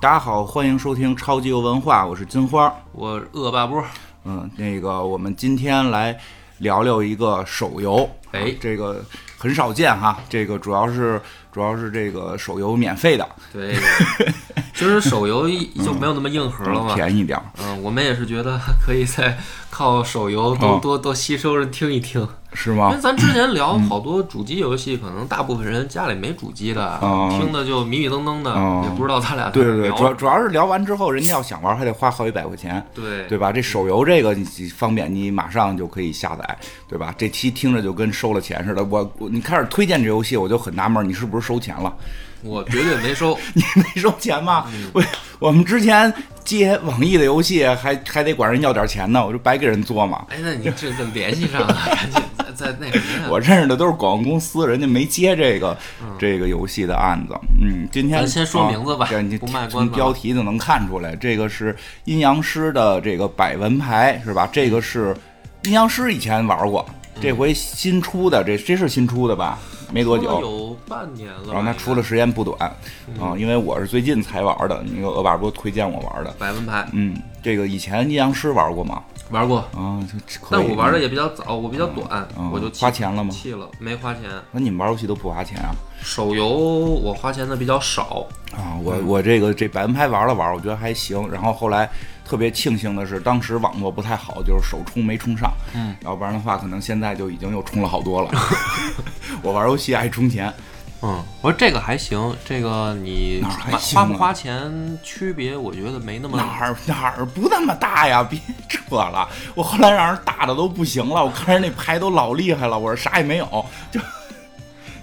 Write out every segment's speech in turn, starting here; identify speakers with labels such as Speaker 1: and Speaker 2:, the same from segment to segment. Speaker 1: 大家好，欢迎收听超级游文化，我是金花。
Speaker 2: 我恶霸波，
Speaker 1: 嗯，那个我们今天来聊聊一个手游，啊
Speaker 2: 哎
Speaker 1: 这个很少见哈，这个主要是主要是这个手游免费的，
Speaker 2: 对， 其实手游一就没有那么硬核了嘛。
Speaker 1: 便宜点儿。
Speaker 2: 嗯，我们也是觉得 可以再靠手游
Speaker 1: 嗯
Speaker 2: 多多多吸收人听一听，
Speaker 1: 是
Speaker 2: 因
Speaker 1: 吗
Speaker 2: 为？咱之前聊
Speaker 1: 嗯
Speaker 2: 好多主机游戏，可能大部分人家里没主机的
Speaker 1: 哦，
Speaker 2: 听的就迷迷瞪瞪的
Speaker 1: 哦，
Speaker 2: 也不知道咱俩
Speaker 1: 对对对，主要
Speaker 2: 聊
Speaker 1: 主要是聊完之后，人家要想玩还得花好几百块钱，
Speaker 2: 对
Speaker 1: 对吧？这手游这个你你方便，你马上就可以下载，对吧？这期听着就跟收了钱似的。我我你开始推荐这游戏，我就很纳闷，你是不是收钱了？
Speaker 2: 我绝对没收，
Speaker 1: 你没收钱吗？
Speaker 2: 嗯
Speaker 1: 我我们之前接网易的游戏还还得管人要点钱呢，我就白给人做嘛。
Speaker 2: 哎，那你这怎么联系上了？ 赶紧再再那什么呀？
Speaker 1: 我认识的都是广告公司，人家没接这个、这个游戏的案子。嗯，今天
Speaker 2: 嗯咱先说名字吧
Speaker 1: 啊对你
Speaker 2: 不卖关子
Speaker 1: 从
Speaker 2: 了
Speaker 1: 标题就能看出来，这个是阴阳师的这个百文牌是吧？这个是阴阳师以前玩过，
Speaker 2: 嗯
Speaker 1: 这回新出的，这这是新出的吧？没多久，
Speaker 2: 说了有嗯半年了吧，
Speaker 1: 然后它出的时间不短啊，因为我是最近才玩的，那个恶霸波推荐我玩的。
Speaker 2: 百文牌
Speaker 1: 嗯，这个以前阴阳师玩过吗？
Speaker 2: 玩过，
Speaker 1: 啊，这可
Speaker 2: 但
Speaker 1: 以。
Speaker 2: 我玩的也比较早，我比较短，
Speaker 1: 嗯
Speaker 2: 我就弃
Speaker 1: 花钱了吗
Speaker 2: 弃了，没花钱。
Speaker 1: 那你们玩游戏都不花钱啊？
Speaker 2: 手游我花钱的比较少，
Speaker 1: 啊，我我这个这百分拍玩了玩，我觉得还行。然后后来特别庆幸的是，当时网络不太好，就是首充没充上。
Speaker 2: 嗯，
Speaker 1: 要不然的话，可能现在就已经又充了好多了。 我玩游戏爱充钱，
Speaker 2: 嗯，我说这个还行，这个你
Speaker 1: 哪儿还
Speaker 2: 买
Speaker 1: 行啊
Speaker 2: 花不花钱区别，我觉得没那么。
Speaker 1: 哪儿哪儿不那么大呀？ 别扯了，我后来让人打的都不行了，我看人那牌都老厉害了，我说啥也没有，就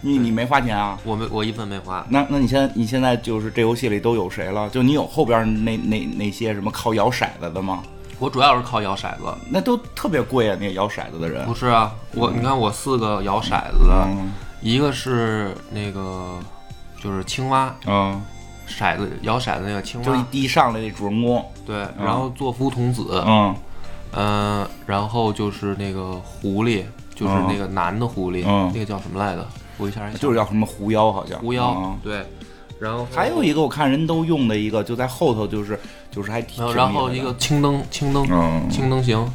Speaker 1: 你你没花钱啊？
Speaker 2: 我没，我一分没花。
Speaker 1: 那那你现在你现在就是这游戏里都有谁了？就你有后边那那那些什么靠摇骰子的吗？
Speaker 2: 我主要是靠摇骰子，
Speaker 1: 那都特别贵啊！那摇骰子的人
Speaker 2: 不，是啊，我你看我四个摇骰子的，
Speaker 1: 嗯
Speaker 2: 一个是那个就是青蛙
Speaker 1: 嗯，
Speaker 2: 骰子摇骰子那个青
Speaker 1: 就是嗯
Speaker 2: 蛙，
Speaker 1: 一一上来那主人公，
Speaker 2: 对，然后做夫童子，
Speaker 1: 嗯
Speaker 2: 嗯、然后就是那个狐狸，就是
Speaker 1: 嗯
Speaker 2: 那个男的狐狸，
Speaker 1: 嗯
Speaker 2: 那个叫什么来着？我一下还想
Speaker 1: 就是叫什么狐妖好像，
Speaker 2: 狐妖，
Speaker 1: 嗯
Speaker 2: 对，然后
Speaker 1: 还有一个我看人都用的一个，就在后头就是就是还挺
Speaker 2: 没有，
Speaker 1: 挺
Speaker 2: 呃然后
Speaker 1: 厉
Speaker 2: 一
Speaker 1: 害的
Speaker 2: 个青灯，青灯，
Speaker 1: 嗯
Speaker 2: 青灯行，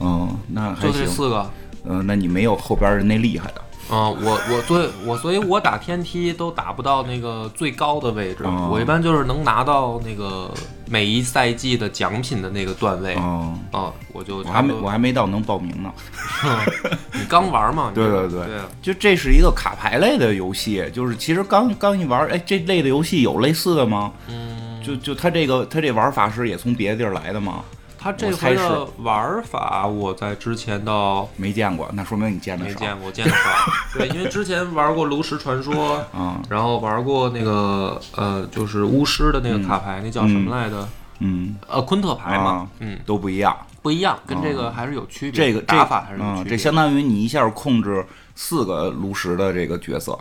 Speaker 1: 嗯，那还
Speaker 2: 就这
Speaker 1: 行，
Speaker 2: 四个。
Speaker 1: 嗯，那你没有后边人那厉害的，
Speaker 2: 嗯，我我对我，所以我打天梯都打不到那个最高的位置，
Speaker 1: 哦
Speaker 2: 我一般就是能拿到那个每一赛季的奖品的那个段位。
Speaker 1: 嗯，
Speaker 2: 啊，我就
Speaker 1: 我还没
Speaker 2: 差不
Speaker 1: 我
Speaker 2: 多
Speaker 1: 还没到能报名呢。
Speaker 2: 你刚玩嘛？你
Speaker 1: 对对
Speaker 2: 就
Speaker 1: 对
Speaker 2: 对，
Speaker 1: 就这是一个卡牌类的游戏，就是其实刚刚一玩，哎，这类的游戏有类似的吗？
Speaker 2: 嗯，
Speaker 1: 就就它这个它这玩法是也从别的地儿来的吗？
Speaker 2: 它这
Speaker 1: 我猜
Speaker 2: 回
Speaker 1: 是
Speaker 2: 的玩法，我在之前倒
Speaker 1: 没见过，那说明你见的
Speaker 2: 没
Speaker 1: 少。
Speaker 2: 见过，见的少。对，因为之前玩过炉石传说，
Speaker 1: 啊，
Speaker 2: 然后玩过那个呃，就是巫师的那个卡牌，那叫什么来着？
Speaker 1: 嗯，
Speaker 2: 呃，昆特牌嘛
Speaker 1: 啊，
Speaker 2: 嗯，
Speaker 1: 都不一样。
Speaker 2: 不一样，跟这个还是有区别，
Speaker 1: 这个
Speaker 2: 打法还
Speaker 1: 这
Speaker 2: 是
Speaker 1: 个
Speaker 2: 有
Speaker 1: 嗯，
Speaker 2: 区
Speaker 1: 这
Speaker 2: 别。
Speaker 1: 相当于你一下控制四个炉石的这个角色，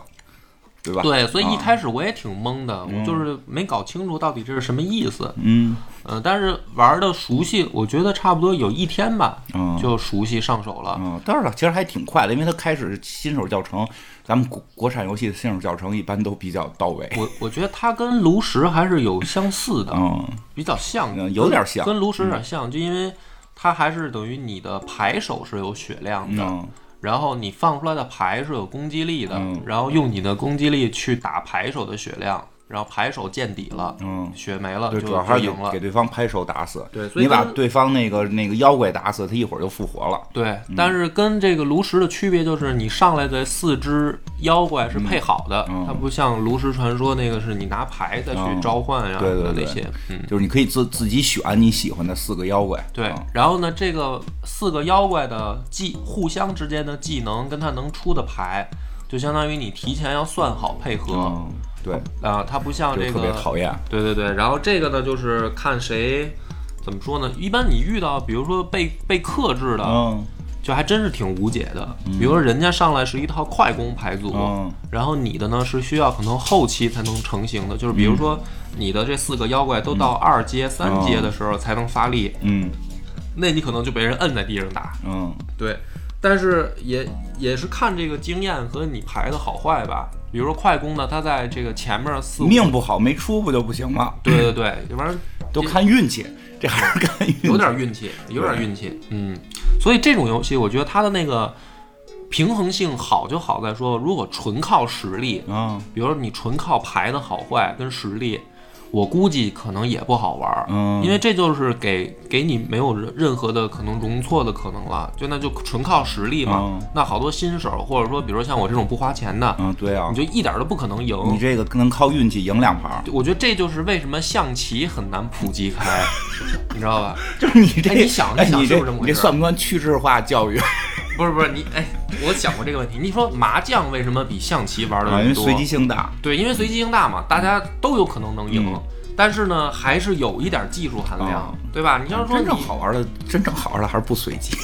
Speaker 1: 对吧？，啊
Speaker 2: 对，所以一开始我也挺懵的，我就是没搞清楚到底这是什么意思。
Speaker 1: 嗯
Speaker 2: 嗯，但是玩的熟悉，我觉得差不多有一天吧，
Speaker 1: 嗯
Speaker 2: 就熟悉上手了。
Speaker 1: 嗯，但是其实还挺快的，因为它开始新手教程，咱们国国产游戏的新手教程一般都比较到位。
Speaker 2: 我我觉得它跟炉石还是有相似的，
Speaker 1: 嗯，
Speaker 2: 比较像
Speaker 1: 嗯，有点像
Speaker 2: 跟炉石有点像，就因为它还是等于你的牌手是有血量的，
Speaker 1: 嗯
Speaker 2: 然后你放出来的牌是有攻击力的，然后用你的攻击力去打牌手的血量，然后牌手见底了，
Speaker 1: 嗯，
Speaker 2: 血没啊了就
Speaker 1: 对，主要还
Speaker 2: 就是赢了
Speaker 1: 给。对方拍手打死。
Speaker 2: 对所以
Speaker 1: 你把
Speaker 2: 跟
Speaker 1: 对方那个那个妖怪打死，他一会儿就复活了。
Speaker 2: 对，但是跟这个炉石的区别就是，你上来的四只妖怪是配好的，
Speaker 1: 嗯
Speaker 2: 它不像炉石传说那个是你拿牌再
Speaker 1: 嗯
Speaker 2: 去召唤呀、
Speaker 1: 对对
Speaker 2: 的
Speaker 1: 对
Speaker 2: 啊那些，嗯。
Speaker 1: 就是你可以自自己选你喜欢的四个妖怪。
Speaker 2: 对
Speaker 1: 嗯，
Speaker 2: 然后呢，这个四个妖怪的技互相之间的技能跟它能出的牌，就相当于你提前要算好配合
Speaker 1: 嗯，对，
Speaker 2: 啊，它不像
Speaker 1: 就
Speaker 2: 这
Speaker 1: 特别
Speaker 2: 个啊
Speaker 1: 讨厌。
Speaker 2: 对对对，然后这个呢，就是看谁怎么说呢？一般你遇到，比如说被被克制的，
Speaker 1: 嗯
Speaker 2: 就还真是挺无解的。比如说人家上来是一套快攻牌组，
Speaker 1: 嗯
Speaker 2: 然后你的呢是需要可能后期才能成型的，就是
Speaker 1: 嗯
Speaker 2: 比如说你的这四个妖怪都到二阶、三阶的时候才能发力，
Speaker 1: 嗯
Speaker 2: 那你可能就被人摁在地上打。
Speaker 1: 嗯
Speaker 2: 对，但是也也是看这个经验和你牌的好坏吧。比如说快攻呢，它在这个前面四五
Speaker 1: 命不好没出不就不行吗？
Speaker 2: 对对对，这玩意儿
Speaker 1: 都看运气，这还是看运气。
Speaker 2: 有点运气，有点运气，嗯，所以这种游戏我觉得它的那个平衡性好就好在说，如果纯靠实力，
Speaker 1: 啊，
Speaker 2: 比如说你纯靠牌的好坏跟实力，我估计可能也不好玩儿，
Speaker 1: 嗯，
Speaker 2: 因为这就是给给你没有任任何的可能容错的可能了，就那就纯靠实力嘛
Speaker 1: 嗯。
Speaker 2: 那好多新手或者说比如像我这种不花钱的，
Speaker 1: 嗯，对啊
Speaker 2: 你，就一点儿都不可能赢。
Speaker 1: 你这个能靠运气赢两盘儿，
Speaker 2: 我觉得这就是为什么象棋很难普及 开，你知道吧？
Speaker 1: 就是你这，
Speaker 2: 哎你想
Speaker 1: 哎
Speaker 2: 你想
Speaker 1: 你
Speaker 2: 是不
Speaker 1: 这
Speaker 2: 是这么
Speaker 1: 你这
Speaker 2: 回事儿啊
Speaker 1: 算不算去质化教育？
Speaker 2: 不是不是你哎，我想过这个问题。你说麻将为什么比象棋玩的
Speaker 1: 啊，因
Speaker 2: 人
Speaker 1: 为
Speaker 2: 多？
Speaker 1: 随机性大，
Speaker 2: 对，因为随机性大嘛，大家都有可能能赢。
Speaker 1: 嗯
Speaker 2: 但是呢，还是有一点技术含量，
Speaker 1: 啊
Speaker 2: 对吧？你要说
Speaker 1: 真
Speaker 2: 你
Speaker 1: 正好玩的，真正好玩的还是不随 机。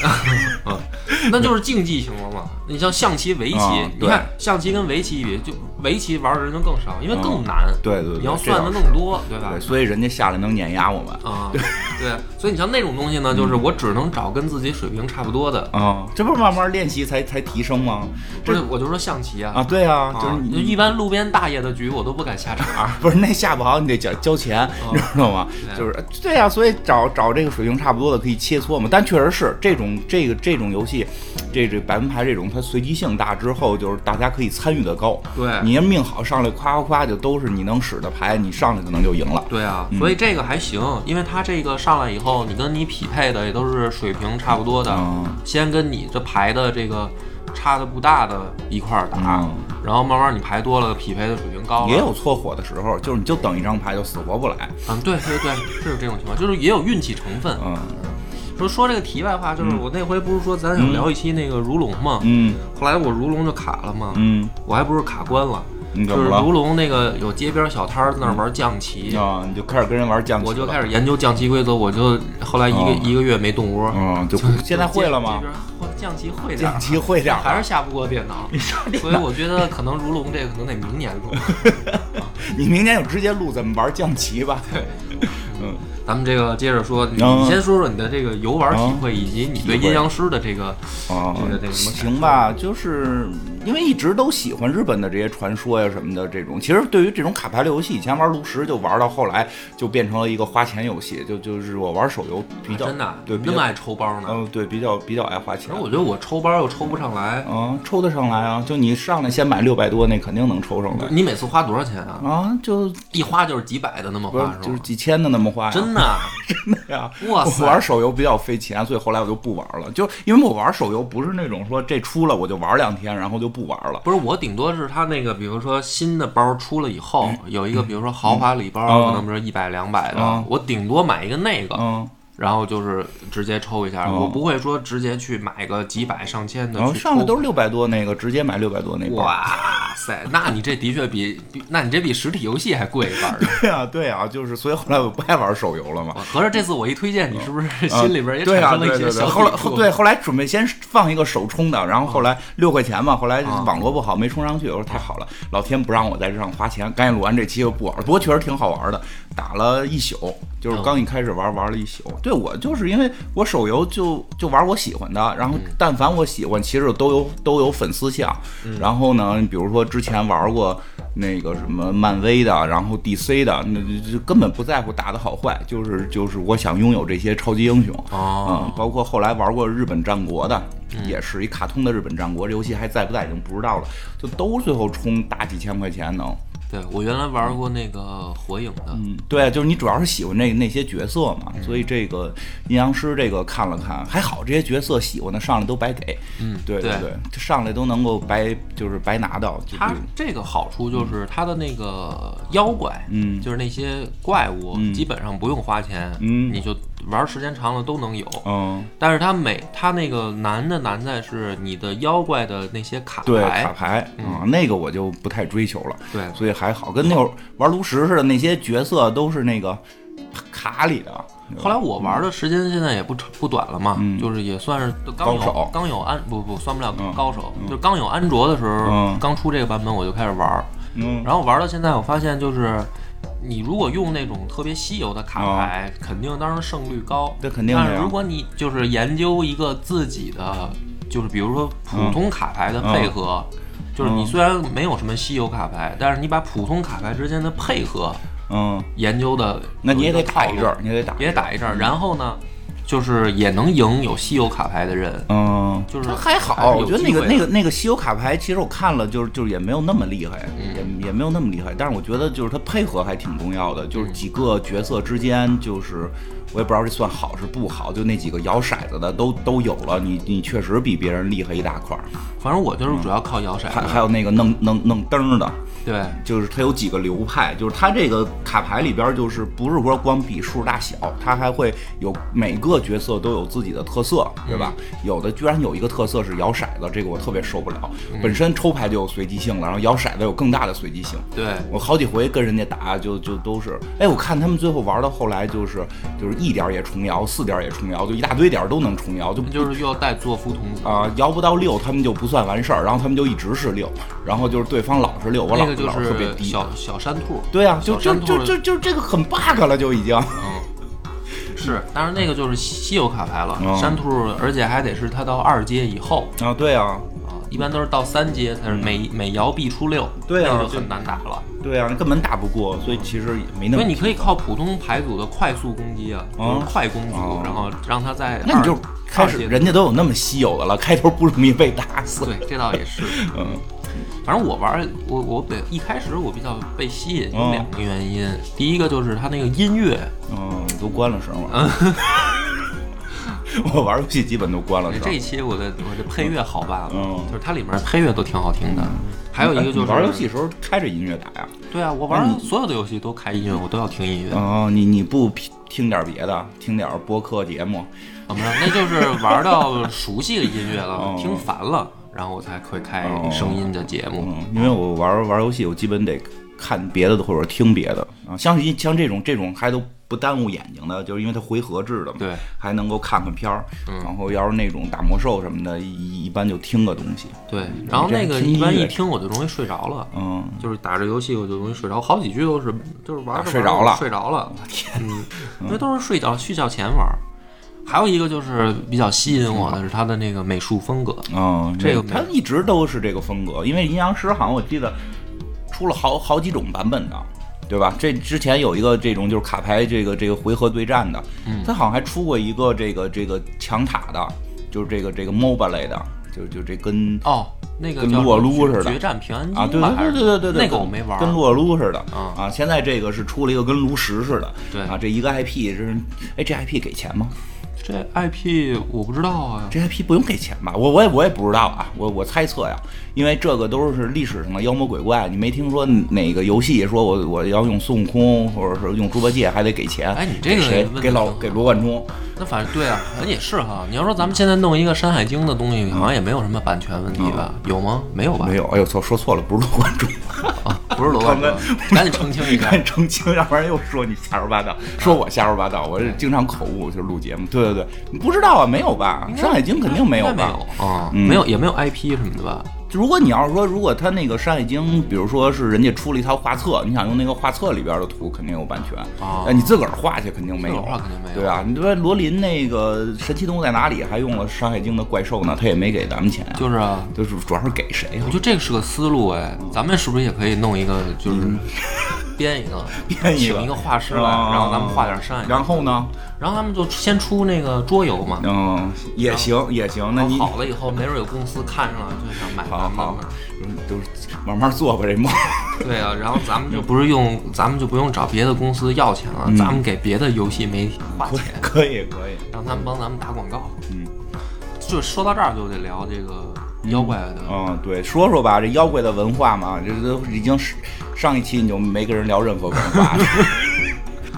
Speaker 2: 那就是竞技型了嘛。你像象棋、围棋，
Speaker 1: 啊
Speaker 2: 你看象棋跟围棋比，就围棋玩的人就更少，因为更难，
Speaker 1: 对嗯对对，
Speaker 2: 你要
Speaker 1: 这
Speaker 2: 算
Speaker 1: 倒
Speaker 2: 的
Speaker 1: 是
Speaker 2: 更多，对吧
Speaker 1: 对，？所以人家下来能碾压我们
Speaker 2: 啊、对，所以你像那种东西呢，就是
Speaker 1: 嗯
Speaker 2: 我只能找跟自己水平差不多的，
Speaker 1: 啊，这不是慢慢练习才才提升吗？
Speaker 2: 不是，我就说象棋啊，
Speaker 1: 嗯啊，对啊，就是
Speaker 2: 啊
Speaker 1: 你啊
Speaker 2: 一般路边大爷的局我都不敢下场。
Speaker 1: 不是那下不好，你得交交钱，你知道吗？
Speaker 2: 对
Speaker 1: 就是啊对呀、所以找找这个水平差不多的可以切磋嘛。但确实是这种这个这种游戏，这这百分牌这种，它随机性大之后，就是大家可以参与的高。
Speaker 2: 对
Speaker 1: 你要命好上来夸夸夸，就都是你能使的牌，你上来可能就赢了。
Speaker 2: 对啊，
Speaker 1: 嗯
Speaker 2: 所以这个还行，因为它这个上来以后，你跟你匹配的也都是水平差不多的，
Speaker 1: 嗯
Speaker 2: 先跟你这牌的这个差的不大的一块儿打，
Speaker 1: 嗯
Speaker 2: 然后慢慢你牌多了，匹配的水平高了，
Speaker 1: 也有搓火的时候，就是你就等一张牌就死活不来。
Speaker 2: 嗯，对对对，是有这种情况，就是也有运气成分。
Speaker 1: 嗯
Speaker 2: 说说这个题外话，就是我那回不是说咱想聊一期那个如龙吗？
Speaker 1: 嗯
Speaker 2: 后来我如龙就卡了嘛，
Speaker 1: 嗯，
Speaker 2: 我还不是卡关了，
Speaker 1: 你
Speaker 2: 就
Speaker 1: 怎么
Speaker 2: 是
Speaker 1: 了
Speaker 2: 如龙那个有街边小摊儿在那儿玩象棋，
Speaker 1: 啊，你就开始跟人玩降级
Speaker 2: 我就
Speaker 1: 了
Speaker 2: 开始研究降棋规则，我就后来一个、
Speaker 1: 哦
Speaker 2: 一个月没动窝。
Speaker 1: 嗯，就现在会了吗
Speaker 2: 这？边会降级会点儿
Speaker 1: 降级会点儿
Speaker 2: 还是下不过电脑，所以我觉得可能如龙这个可能得明年 录。
Speaker 1: 你明年就直接录怎么玩降棋吧。
Speaker 2: 咱们这个接着说，你
Speaker 1: 嗯
Speaker 2: 你先说说你的这个游玩体会，以及你对
Speaker 1: 体会
Speaker 2: 阴阳师的这个
Speaker 1: 啊
Speaker 2: 这个这个什么感
Speaker 1: 行吧，就是因为一直都喜欢日本的这些传说呀什么的这种。其实对于这种卡牌类游戏，以前玩炉石就玩到后来就变成了一个花钱游戏，就就是我玩手游比较、
Speaker 2: 啊真的啊
Speaker 1: 对比
Speaker 2: 那么
Speaker 1: 较
Speaker 2: 爱抽包呢。
Speaker 1: 嗯、对比较比较爱花钱
Speaker 2: 反正。我觉得我抽包又抽不上来，
Speaker 1: 啊，抽得上来啊！就你上来先买六百多，那肯定能抽上来
Speaker 2: 你每次花多少钱啊？
Speaker 1: 啊！就
Speaker 2: 一花就是几百的那么
Speaker 1: 不是
Speaker 2: 花是
Speaker 1: 就是
Speaker 2: 吗？
Speaker 1: 几千的那么花呀，
Speaker 2: 真的啊，
Speaker 1: 对 呀、
Speaker 2: 哇
Speaker 1: 我
Speaker 2: 塞
Speaker 1: 玩手游比较费钱，所以后来我就不玩了。就因为我玩手游不是那种说这出了我就玩两天，然后就不玩了。
Speaker 2: 不是我顶多是他那个，比如说新的包出了以后，有一个比如说豪华礼包，
Speaker 1: 嗯
Speaker 2: 可能比如一百两百的
Speaker 1: 嗯，
Speaker 2: 我顶多买一个那个，
Speaker 1: 嗯，
Speaker 2: 然后就是直接抽一下，我不会说直接去买个几百上千的
Speaker 1: 然后
Speaker 2: 去
Speaker 1: 哦上来
Speaker 2: 抽。
Speaker 1: 都是六百多那个，直接买六百多那包。
Speaker 2: 哇塞，那你这的确比比，那你这比实体游戏还贵一半儿。
Speaker 1: 对啊，对啊，就是所以后来我不爱玩手游了嘛。
Speaker 2: 我合着这次我一推荐你，是不是
Speaker 1: 啊
Speaker 2: 心里边也
Speaker 1: 对
Speaker 2: 产
Speaker 1: 啊，
Speaker 2: 生了
Speaker 1: 对
Speaker 2: 一
Speaker 1: 对
Speaker 2: 些
Speaker 1: 对，
Speaker 2: 小
Speaker 1: 后来
Speaker 2: 抵
Speaker 1: 后
Speaker 2: 触？
Speaker 1: 对后来准备先放一个手充的，然后后来六块钱嘛，后来
Speaker 2: 啊
Speaker 1: 网络不好没充上去，我说太好了，老天不让我在这上花钱，赶紧录完这期就不玩了，不过确实挺好玩的，打了一宿，就是刚一开始玩玩了一宿。对我就是因为我手游就就玩我喜欢的，然后但凡我喜欢，其实都有都有粉丝像，然后呢，比如说之前玩过那个什么漫威的，然后 DC 的，那就就根本不在乎打的好坏，就是就是我想拥有这些超级英雄。
Speaker 2: 哦，
Speaker 1: 嗯，包括后来玩过日本战国的，
Speaker 2: 嗯
Speaker 1: 也是一卡通的日本战国，这游戏还在不在已经不知道了，就都最后充打几千块钱能。
Speaker 2: 对我原来玩过那个火影的，
Speaker 1: 嗯，对，就是你主要是喜欢那那些角色嘛，
Speaker 2: 嗯
Speaker 1: 所以这个阴阳师这个看了看，还好这些角色喜欢的上来都白给，
Speaker 2: 嗯，
Speaker 1: 对
Speaker 2: 对
Speaker 1: 对，就上来都能够白就是白拿到，就
Speaker 2: 它这个好处就是它的那个妖怪，
Speaker 1: 嗯
Speaker 2: 就是那些怪物，基本上不用花钱，
Speaker 1: 嗯
Speaker 2: 你就玩时间长了都能有。
Speaker 1: 嗯，
Speaker 2: 但是它每它那个难的难在是你的妖怪的那些卡
Speaker 1: 对卡
Speaker 2: 牌，
Speaker 1: 牌
Speaker 2: 嗯
Speaker 1: 啊、那个我就不太追求了，
Speaker 2: 对
Speaker 1: 所以还好，跟那会儿玩炉石似的，那些角色都是那个卡里的。
Speaker 2: 后来我玩的时间现在也不长不短了嘛，就是也算是刚
Speaker 1: 嗯高手
Speaker 2: 有刚有安不不算不了
Speaker 1: 嗯
Speaker 2: 高手，就刚有安卓的时候，
Speaker 1: 嗯
Speaker 2: 刚出这个版本我就开始玩，
Speaker 1: 嗯，
Speaker 2: 然后玩到现在，我发现就是，你如果用那种特别稀有的卡
Speaker 1: 哦
Speaker 2: 牌，肯定当然胜率高。
Speaker 1: 这肯定的呀
Speaker 2: 但是如果你
Speaker 1: 嗯
Speaker 2: 就是研究一个自己的，就是比如说普通卡牌的配合，就是你虽然没有什么稀有卡牌，但是你把普通卡牌之间的配合
Speaker 1: 嗯，
Speaker 2: 研究的，
Speaker 1: 那你也得打一阵
Speaker 2: 阵，
Speaker 1: 儿，你也得打，
Speaker 2: 也打一阵儿，然后呢，就是也能赢有稀有卡牌的人，
Speaker 1: 嗯。
Speaker 2: 就是
Speaker 1: 它还好，
Speaker 2: 还是
Speaker 1: 我
Speaker 2: 有
Speaker 1: 觉得那
Speaker 2: 机
Speaker 1: 个
Speaker 2: 会的啊
Speaker 1: 那个那个稀有卡牌，其实我看了，就是就是也没有那么厉害，
Speaker 2: 嗯
Speaker 1: 也也没有那么厉害。但是我觉得就是它配合还挺重要的，
Speaker 2: 嗯
Speaker 1: 就是几个角色之间，就是我也不知道这算好是不好，就那几个摇骰子的都都有了，你你确实比别人厉害一大块儿。
Speaker 2: 反正我就是主要靠摇骰
Speaker 1: 还
Speaker 2: 子，
Speaker 1: 还有那个弄弄弄灯儿的，
Speaker 2: 对，
Speaker 1: 就是它有几个流派，就是它这个卡牌里边儿就是不是说光比数大小，它还会有每个角色都有自己的特色，对
Speaker 2: 嗯
Speaker 1: 吧？有的居然有一个特色是摇骰子，这个我特别受不了。
Speaker 2: 嗯
Speaker 1: 本身抽牌就有随机性了，然后摇骰子有更大的随机性。
Speaker 2: 对
Speaker 1: 我好几回跟人家打，就就都是，哎，我看他们最后玩到后来就是就是一点儿也重摇，四点儿也重摇，就一大堆点儿都能重摇，就
Speaker 2: 就是又带作夫童子，
Speaker 1: 啊、摇不到六，他们就不算完事儿，然后他们就一直是六，然后就是对方老是六，我老、
Speaker 2: 那个就
Speaker 1: 老特别
Speaker 2: 是
Speaker 1: 低。
Speaker 2: 小小山兔，
Speaker 1: 对啊，就
Speaker 2: 小
Speaker 1: 就
Speaker 2: 山
Speaker 1: 就
Speaker 2: 兔
Speaker 1: 就就这个很 bug 了，就已 经。
Speaker 2: 嗯是，当然那个就是稀有卡牌了，
Speaker 1: 嗯
Speaker 2: 山兔，而且还得是它到二阶以后
Speaker 1: 啊，对啊，
Speaker 2: 啊，一般都是到三阶才是
Speaker 1: 嗯
Speaker 2: 每、每摇必出六，
Speaker 1: 对啊
Speaker 2: 那就
Speaker 1: 对
Speaker 2: 很难打了，
Speaker 1: 对啊，根本打不过，所以其实也没那
Speaker 2: 因为
Speaker 1: 么。
Speaker 2: 你可以靠普通牌组的快速攻击啊，
Speaker 1: 哦
Speaker 2: 就是快攻组，
Speaker 1: 哦
Speaker 2: 然后让它在
Speaker 1: 那你就
Speaker 2: 二
Speaker 1: 开始，
Speaker 2: 二阶
Speaker 1: 人家都有那么稀有的了，开头不容易被打死。
Speaker 2: 对，这倒也是，
Speaker 1: 嗯
Speaker 2: 反正我玩儿我我被一开始我比较被吸引有
Speaker 1: 哦
Speaker 2: 两个原因，第一个就是它那个音乐，
Speaker 1: 嗯，都关了声了。 我玩游戏基本都关了
Speaker 2: 嗯哎
Speaker 1: 声。
Speaker 2: 这一期我的我的配乐好办了，
Speaker 1: 嗯哎
Speaker 2: 就是它里面配乐都挺好听的，还有一个就是
Speaker 1: 你嗯玩游戏的时候开着音乐打呀？
Speaker 2: 对啊，我玩所有的游戏都开音乐，我都要听音乐。
Speaker 1: 哦，你你不听听点别的，听点播客节目？
Speaker 2: 怎么着？那就是玩到熟悉的音乐
Speaker 1: 哦
Speaker 2: 了，听烦了，然后我才会开声音的节目。
Speaker 1: 嗯，因为我玩玩游戏，我基本得看别的或者听别的啊。像一像这种这种还都不耽误眼睛的，就是因为它回合制的嘛，
Speaker 2: 对，
Speaker 1: 还能够看看片儿。
Speaker 2: 嗯
Speaker 1: 然后要是那种打魔兽什么的，一一般就听个东西。
Speaker 2: 对，然后那个
Speaker 1: 听音乐
Speaker 2: 一般一听我就容易睡着了。
Speaker 1: 嗯，
Speaker 2: 就是打着游戏我就容易睡着，好几局都是就是玩着玩
Speaker 1: 啊
Speaker 2: 着
Speaker 1: 睡着了
Speaker 2: 睡着了，天，因为都是睡着睡觉前玩。还有一个就是比较吸引我的是它的那个美术风格，
Speaker 1: 哦，
Speaker 2: 这个
Speaker 1: 它一直都是这个风格，因为阴阳师好像我记得出了好好几种版本的。对吧？这之前有一个这种就是卡牌这个这个回合对战的，
Speaker 2: 嗯
Speaker 1: 它好像还出过一个这个这个抢塔的，就是这个这个 MOBA 类的，就就这跟
Speaker 2: 哦，那个
Speaker 1: 跟
Speaker 2: 叫
Speaker 1: 撸啊
Speaker 2: 什么
Speaker 1: 撸
Speaker 2: 决
Speaker 1: 似的
Speaker 2: 决战平安京
Speaker 1: 啊，对
Speaker 2: 吧还
Speaker 1: 对
Speaker 2: 是
Speaker 1: 对对对对，
Speaker 2: 那个我没玩，
Speaker 1: 跟撸啊撸似的
Speaker 2: 啊
Speaker 1: 啊。现在这个是出了一个跟炉石似的，
Speaker 2: 对
Speaker 1: 啊，这一个 IP 是，哎，这 IP 给钱吗？
Speaker 2: 这 IP 我不知道啊，
Speaker 1: 这 IP 不用给钱吧？我我也我也不知道啊，我我猜测呀，因为这个都是历史上的妖魔鬼怪，你没听说哪个游戏说我我要用孙悟空或者是用猪八戒还得给钱？
Speaker 2: 哎你这
Speaker 1: 给
Speaker 2: 个
Speaker 1: 谁
Speaker 2: 问得
Speaker 1: 给老
Speaker 2: 挺好
Speaker 1: 给罗贯中？
Speaker 2: 那反正对啊，反正也是哈。你要说咱们现在弄一个《山海经》的东西，好像也没有什么版权问题吧？有吗？没有吧？
Speaker 1: 嗯没有，哎呦错说错了，不是罗贯中，
Speaker 2: 啊，不是罗 贯中，赶紧澄清一
Speaker 1: 你
Speaker 2: 下。
Speaker 1: 赶紧澄清，要不然又说你瞎说八道，说我瞎说八道，我是经常口误，就是录节目。对对对，你不知道啊，没有吧？《山海 经》肯定没有
Speaker 2: 应该没
Speaker 1: 吧？
Speaker 2: 有啊，
Speaker 1: 嗯
Speaker 2: 没有也没有 IP 什么的吧？
Speaker 1: 如果你要是说，如果他那个《山海经》，比如说是人家出了一套画册，你想用那个画册里边的图，肯定有版权。
Speaker 2: 啊
Speaker 1: 哎你自个儿画去肯定没有。
Speaker 2: 自个儿画肯定没有
Speaker 1: 对啊，你说罗琳那个《神奇动物在哪里》还用了《山海经》的怪兽呢，他也没给咱们钱啊。
Speaker 2: 就是啊，
Speaker 1: 就是主要是给谁啊？
Speaker 2: 我觉得这个是个思路哎，咱们是不是也可以弄一个，就是编一个，
Speaker 1: 嗯 编一个
Speaker 2: 请一个画师来，
Speaker 1: 啊
Speaker 2: 然后咱们画点《山海经》，
Speaker 1: 然后呢？
Speaker 2: 然后他们就先出那个桌游嘛，
Speaker 1: 嗯，也行，也行。那
Speaker 2: 然后
Speaker 1: 你
Speaker 2: 哦好了以后，没准有公司看上了就想买
Speaker 1: 好
Speaker 2: 咱们
Speaker 1: 好
Speaker 2: 了。，
Speaker 1: 嗯都是慢慢做吧，这梦。
Speaker 2: 对啊，然后咱们就不是用，咱们就不用找别的公司要钱了，
Speaker 1: 嗯
Speaker 2: 咱们给别的游戏媒体花钱，
Speaker 1: 可以，可以。
Speaker 2: 让他们帮咱们打广告。
Speaker 1: 嗯，
Speaker 2: 就说到这儿就得聊这个妖怪的，
Speaker 1: 嗯，对，说说吧，这妖怪的文化嘛，这都已经是上一期你就没跟人聊任何文化 了，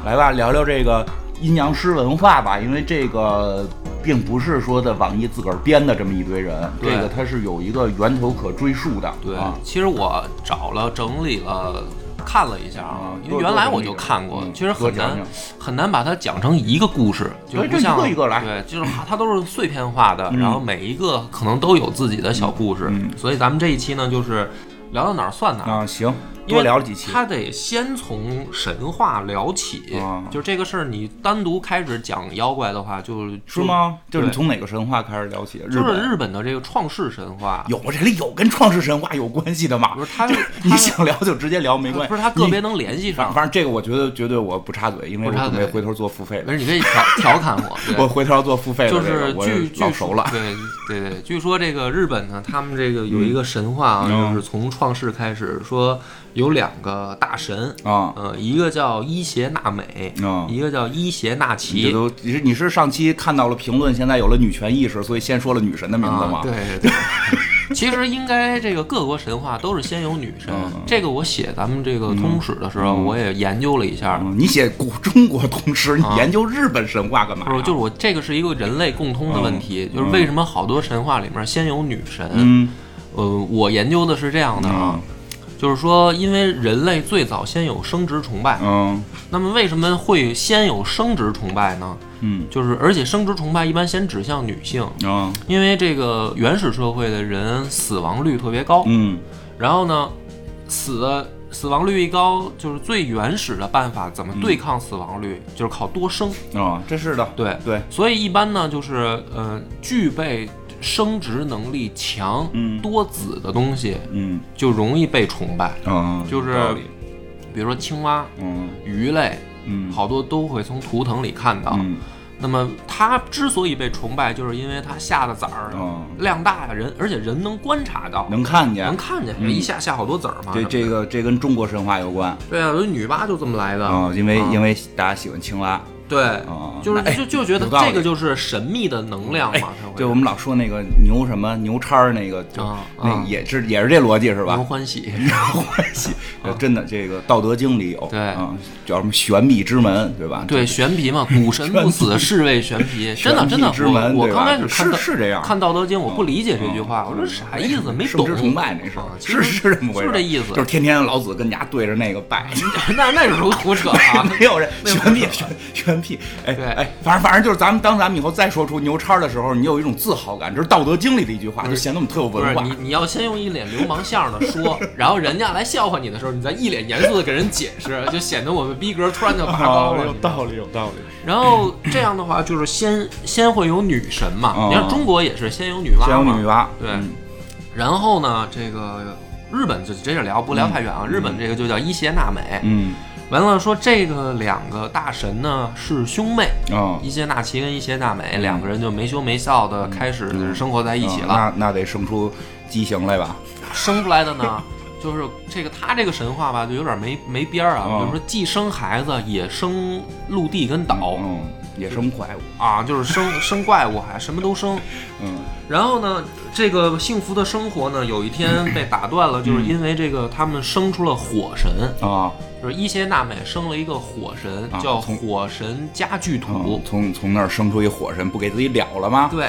Speaker 1: 来吧，聊聊这个阴阳师文化吧，因为这个并不是说在网易自个儿编的这么一堆人，这
Speaker 2: 对
Speaker 1: 个它是有一个源头可追溯的，
Speaker 2: 对，
Speaker 1: 啊，
Speaker 2: 其实我找了整理了。看了一下啊
Speaker 1: 嗯，
Speaker 2: 因为原来我就看
Speaker 1: 多
Speaker 2: 过
Speaker 1: 多，
Speaker 2: 其实
Speaker 1: 嗯多
Speaker 2: 很
Speaker 1: 讲
Speaker 2: 难
Speaker 1: 讲
Speaker 2: 很难把它讲成一个故事，就
Speaker 1: 对
Speaker 2: 不像
Speaker 1: 这一个一个来
Speaker 2: 对，就是它都是碎片化的，然后每一个可能都有自己的小故事
Speaker 1: 嗯，
Speaker 2: 所以咱们这一期呢，就是聊到哪儿算哪儿。
Speaker 1: 啊，行，多聊了几期。
Speaker 2: 他得先从神话聊起，
Speaker 1: 啊
Speaker 2: 就这个事儿，你单独开始讲妖怪的话，就是
Speaker 1: 是？吗？就是你
Speaker 2: 对
Speaker 1: 从哪个神话开始聊起？
Speaker 2: 就
Speaker 1: 日
Speaker 2: 就是
Speaker 1: 本
Speaker 2: 日本的这个创世神话，
Speaker 1: 有这里有跟创世神话有关系的吗
Speaker 2: 不？是他，
Speaker 1: 你
Speaker 2: 他
Speaker 1: 想聊就直接聊，没关系。
Speaker 2: 不是他个别
Speaker 1: 你
Speaker 2: 能联系
Speaker 1: 反
Speaker 2: 上，
Speaker 1: 反正这个我觉得绝对我不插嘴，因为我
Speaker 2: 不插
Speaker 1: 准备
Speaker 2: 嘴
Speaker 1: 回头做付费
Speaker 2: 没
Speaker 1: 的。
Speaker 2: 事，你可以调调侃我，对
Speaker 1: 我回头要做付费的，
Speaker 2: 就
Speaker 1: 这个
Speaker 2: 是
Speaker 1: 我
Speaker 2: 据
Speaker 1: 老熟
Speaker 2: 据说
Speaker 1: 了。
Speaker 2: 对对对，据说这个日本呢，他们这个有一个神话啊，
Speaker 1: 嗯
Speaker 2: 就是从创世开始，说有两个大神，
Speaker 1: 啊
Speaker 2: 呃，一个叫伊邪那美，
Speaker 1: 啊！
Speaker 2: 一个叫伊邪那
Speaker 1: 你
Speaker 2: 岐。啊
Speaker 1: 都你是你是上期看到了评论，现在有了女权意识，所以先说了女神的名字
Speaker 2: 啊
Speaker 1: 吗，？
Speaker 2: 对对对。其实应该这个各国神话都是先有女神，
Speaker 1: 嗯
Speaker 2: 这个我写咱们这个通史的时候，我也研究了一下，
Speaker 1: 嗯你写古 中国通史，你
Speaker 2: 啊
Speaker 1: 研究日本神话干嘛
Speaker 2: 不是，
Speaker 1: 呀？
Speaker 2: 就是我这个是一个人类共通的问题，就是为什么好多神话里面先有女神？
Speaker 1: 嗯
Speaker 2: 呃，我研究的是这样的啊，就是说，因为人类最早先有生殖崇拜，
Speaker 1: 嗯
Speaker 2: 那么为什么会先有生殖崇拜呢？
Speaker 1: 嗯
Speaker 2: 就是而且生殖崇拜一般先指向女性，
Speaker 1: 啊
Speaker 2: 因为这个原始社会的人死亡率特别高，
Speaker 1: 嗯
Speaker 2: 然后呢，死的死亡率一高，就是最原始的办法怎么对抗死亡率，就是靠多生，
Speaker 1: 啊，这是的，
Speaker 2: 对。
Speaker 1: 对，
Speaker 2: 所以一般呢，就是呃，具备生殖能力强、
Speaker 1: 嗯
Speaker 2: 多子的东西，
Speaker 1: 嗯
Speaker 2: 就容易被崇拜。
Speaker 1: 啊，
Speaker 2: 就是
Speaker 1: 有道理
Speaker 2: 比如说青蛙、
Speaker 1: 嗯
Speaker 2: 鱼类，
Speaker 1: 嗯
Speaker 2: 好多都会从图腾里看到。
Speaker 1: 嗯
Speaker 2: 那么它之所以被崇拜，就是因为它下的崽儿、
Speaker 1: 嗯，
Speaker 2: 量大呀，人而且人能观察到，
Speaker 1: 能看见
Speaker 2: 能，看见、
Speaker 1: 嗯
Speaker 2: 一下下好多籽儿嘛。
Speaker 1: 这这个这跟中国神话有关
Speaker 2: 对啊，所以女娲就这么来的。
Speaker 1: 啊，因为
Speaker 2: 啊
Speaker 1: 因为大家喜欢青蛙
Speaker 2: 对，
Speaker 1: 啊，
Speaker 2: 就是
Speaker 1: 那哎
Speaker 2: 就就觉得
Speaker 1: 有道理哎
Speaker 2: 这个就是神秘的能量嘛，它会
Speaker 1: 就我们老说那个牛什么牛叉儿那个，就
Speaker 2: 啊
Speaker 1: 那
Speaker 2: 啊
Speaker 1: 也是也是这逻辑是吧
Speaker 2: 能？欢喜。
Speaker 1: 关系，呃真的，这个《道德经》里有，
Speaker 2: 啊对
Speaker 1: 啊，叫什么玄秘之门，对吧？
Speaker 2: 对，玄 皮嘛，古神不死，是谓玄皮。真的，
Speaker 1: 玄
Speaker 2: 真
Speaker 1: 秘
Speaker 2: 的
Speaker 1: 之，门
Speaker 2: 我我
Speaker 1: 对
Speaker 2: 刚
Speaker 1: 吧
Speaker 2: 开始
Speaker 1: 就
Speaker 2: 看
Speaker 1: 是
Speaker 2: 到
Speaker 1: 是这样嗯
Speaker 2: 看《道德经》，我不理解这句话，我说啥意 思？没
Speaker 1: 圣
Speaker 2: 懂。
Speaker 1: 之崇拜那事儿
Speaker 2: 啊，其
Speaker 1: 是
Speaker 2: 实
Speaker 1: 是这么回事儿，
Speaker 2: 就是这意思嗯
Speaker 1: 就是天天老子跟人家对着那个拜，
Speaker 2: 那那是胡胡扯啊！
Speaker 1: 没有人玄 屁玄玄屁，哎
Speaker 2: 对
Speaker 1: 哎，反正反正就是咱们当咱们以后再说出牛叉的时候，你有一种自豪感，这是《道德经》里的一句话，就显得我们特有
Speaker 2: 不是
Speaker 1: 文化
Speaker 2: 你，。你要先用一脸流氓相的说，然后人家来笑话你的时候，你再一脸严肃的给人解释，就显得我们逼格突然就拔高了。你知道吗
Speaker 1: 理，啊哦有道理。
Speaker 2: 然后这样的话，就是先先会有女神嘛，你看
Speaker 1: 啊
Speaker 2: 中国也是先有女娲嘛，
Speaker 1: 先有女娲，
Speaker 2: 对
Speaker 1: 嗯
Speaker 2: 然后呢，这个日本就接着聊，不聊太远啊。日本这个就叫伊邪那美，
Speaker 1: 嗯
Speaker 2: 完了说这个两个大神呢是兄妹，
Speaker 1: 啊，
Speaker 2: 伊邪那岐跟伊邪那
Speaker 1: 嗯
Speaker 2: 美两个人就没羞没臊的开始生活在一起了。
Speaker 1: 啊那那得生出畸形来吧？
Speaker 2: 生出来的呢，就是这个他这个神话吧，就有点没没边儿啊。
Speaker 1: 嗯
Speaker 2: 比如说既生孩子，也生陆地跟岛
Speaker 1: 嗯，野生怪物，
Speaker 2: 啊，就是 生生怪物，还什么都生。
Speaker 1: 嗯
Speaker 2: 然后呢，这个幸福的生活呢，有一天被打断了，
Speaker 1: 嗯
Speaker 2: 就是因为这个他们生出了火神，
Speaker 1: 啊，
Speaker 2: 就是伊邪那美生了一个火神
Speaker 1: 啊，
Speaker 2: 叫
Speaker 1: 从
Speaker 2: 火神家具
Speaker 1: 嗯
Speaker 2: 土。
Speaker 1: 从从那儿生出一火神，不给自己了了吗？
Speaker 2: 对，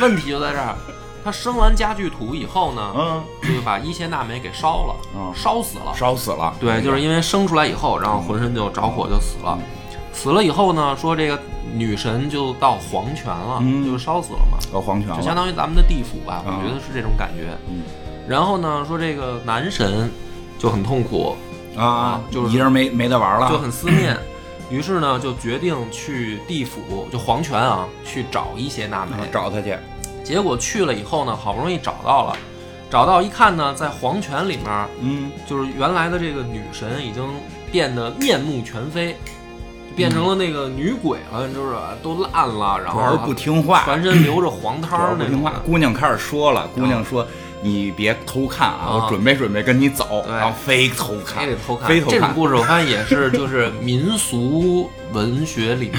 Speaker 2: 问题就在这儿，他生完家具土以后呢，
Speaker 1: 嗯，
Speaker 2: 就把伊邪那美给烧
Speaker 1: 啊
Speaker 2: 了，烧死了。
Speaker 1: 烧死了。哎嗯
Speaker 2: 对，就是因为生出来以后，然后浑身就着火就死了。死了以后呢，说这个女神就到黄泉了，
Speaker 1: 嗯
Speaker 2: 就烧死了嘛。
Speaker 1: 到黄泉
Speaker 2: 就相
Speaker 1: 了。
Speaker 2: 当于咱们的地府吧，
Speaker 1: 啊
Speaker 2: 我觉得是这种感觉。
Speaker 1: 嗯
Speaker 2: 然后呢，说这个男神就很痛苦，
Speaker 1: 啊，
Speaker 2: 就是
Speaker 1: 一人没没得玩了，
Speaker 2: 就很思念，于是呢就决定去地府，就黄泉啊，去找伊邪那美
Speaker 1: 啊。找他去。
Speaker 2: 结果去了以后呢，好不容易找到了，找到一看呢，在黄泉里面，
Speaker 1: 嗯，
Speaker 2: 就是原来的这个女神已经变得面目全非，就变成了那个女鬼了，就是都烂了，
Speaker 1: 嗯
Speaker 2: 然
Speaker 1: 主要是
Speaker 2: 后
Speaker 1: 不听话，
Speaker 2: 全身流着黄
Speaker 1: 主
Speaker 2: 汤
Speaker 1: 要
Speaker 2: 儿
Speaker 1: 是不
Speaker 2: 那
Speaker 1: 听
Speaker 2: 种
Speaker 1: 话。
Speaker 2: 的。
Speaker 1: 姑娘开始说了，姑娘说：“你别偷看啊，
Speaker 2: 啊
Speaker 1: 我准备准备跟你走。”
Speaker 2: 对
Speaker 1: 然后非偷看
Speaker 2: 非，得偷看
Speaker 1: 非偷
Speaker 2: 这种
Speaker 1: 看。
Speaker 2: 故事，我发现也是就是民俗文学里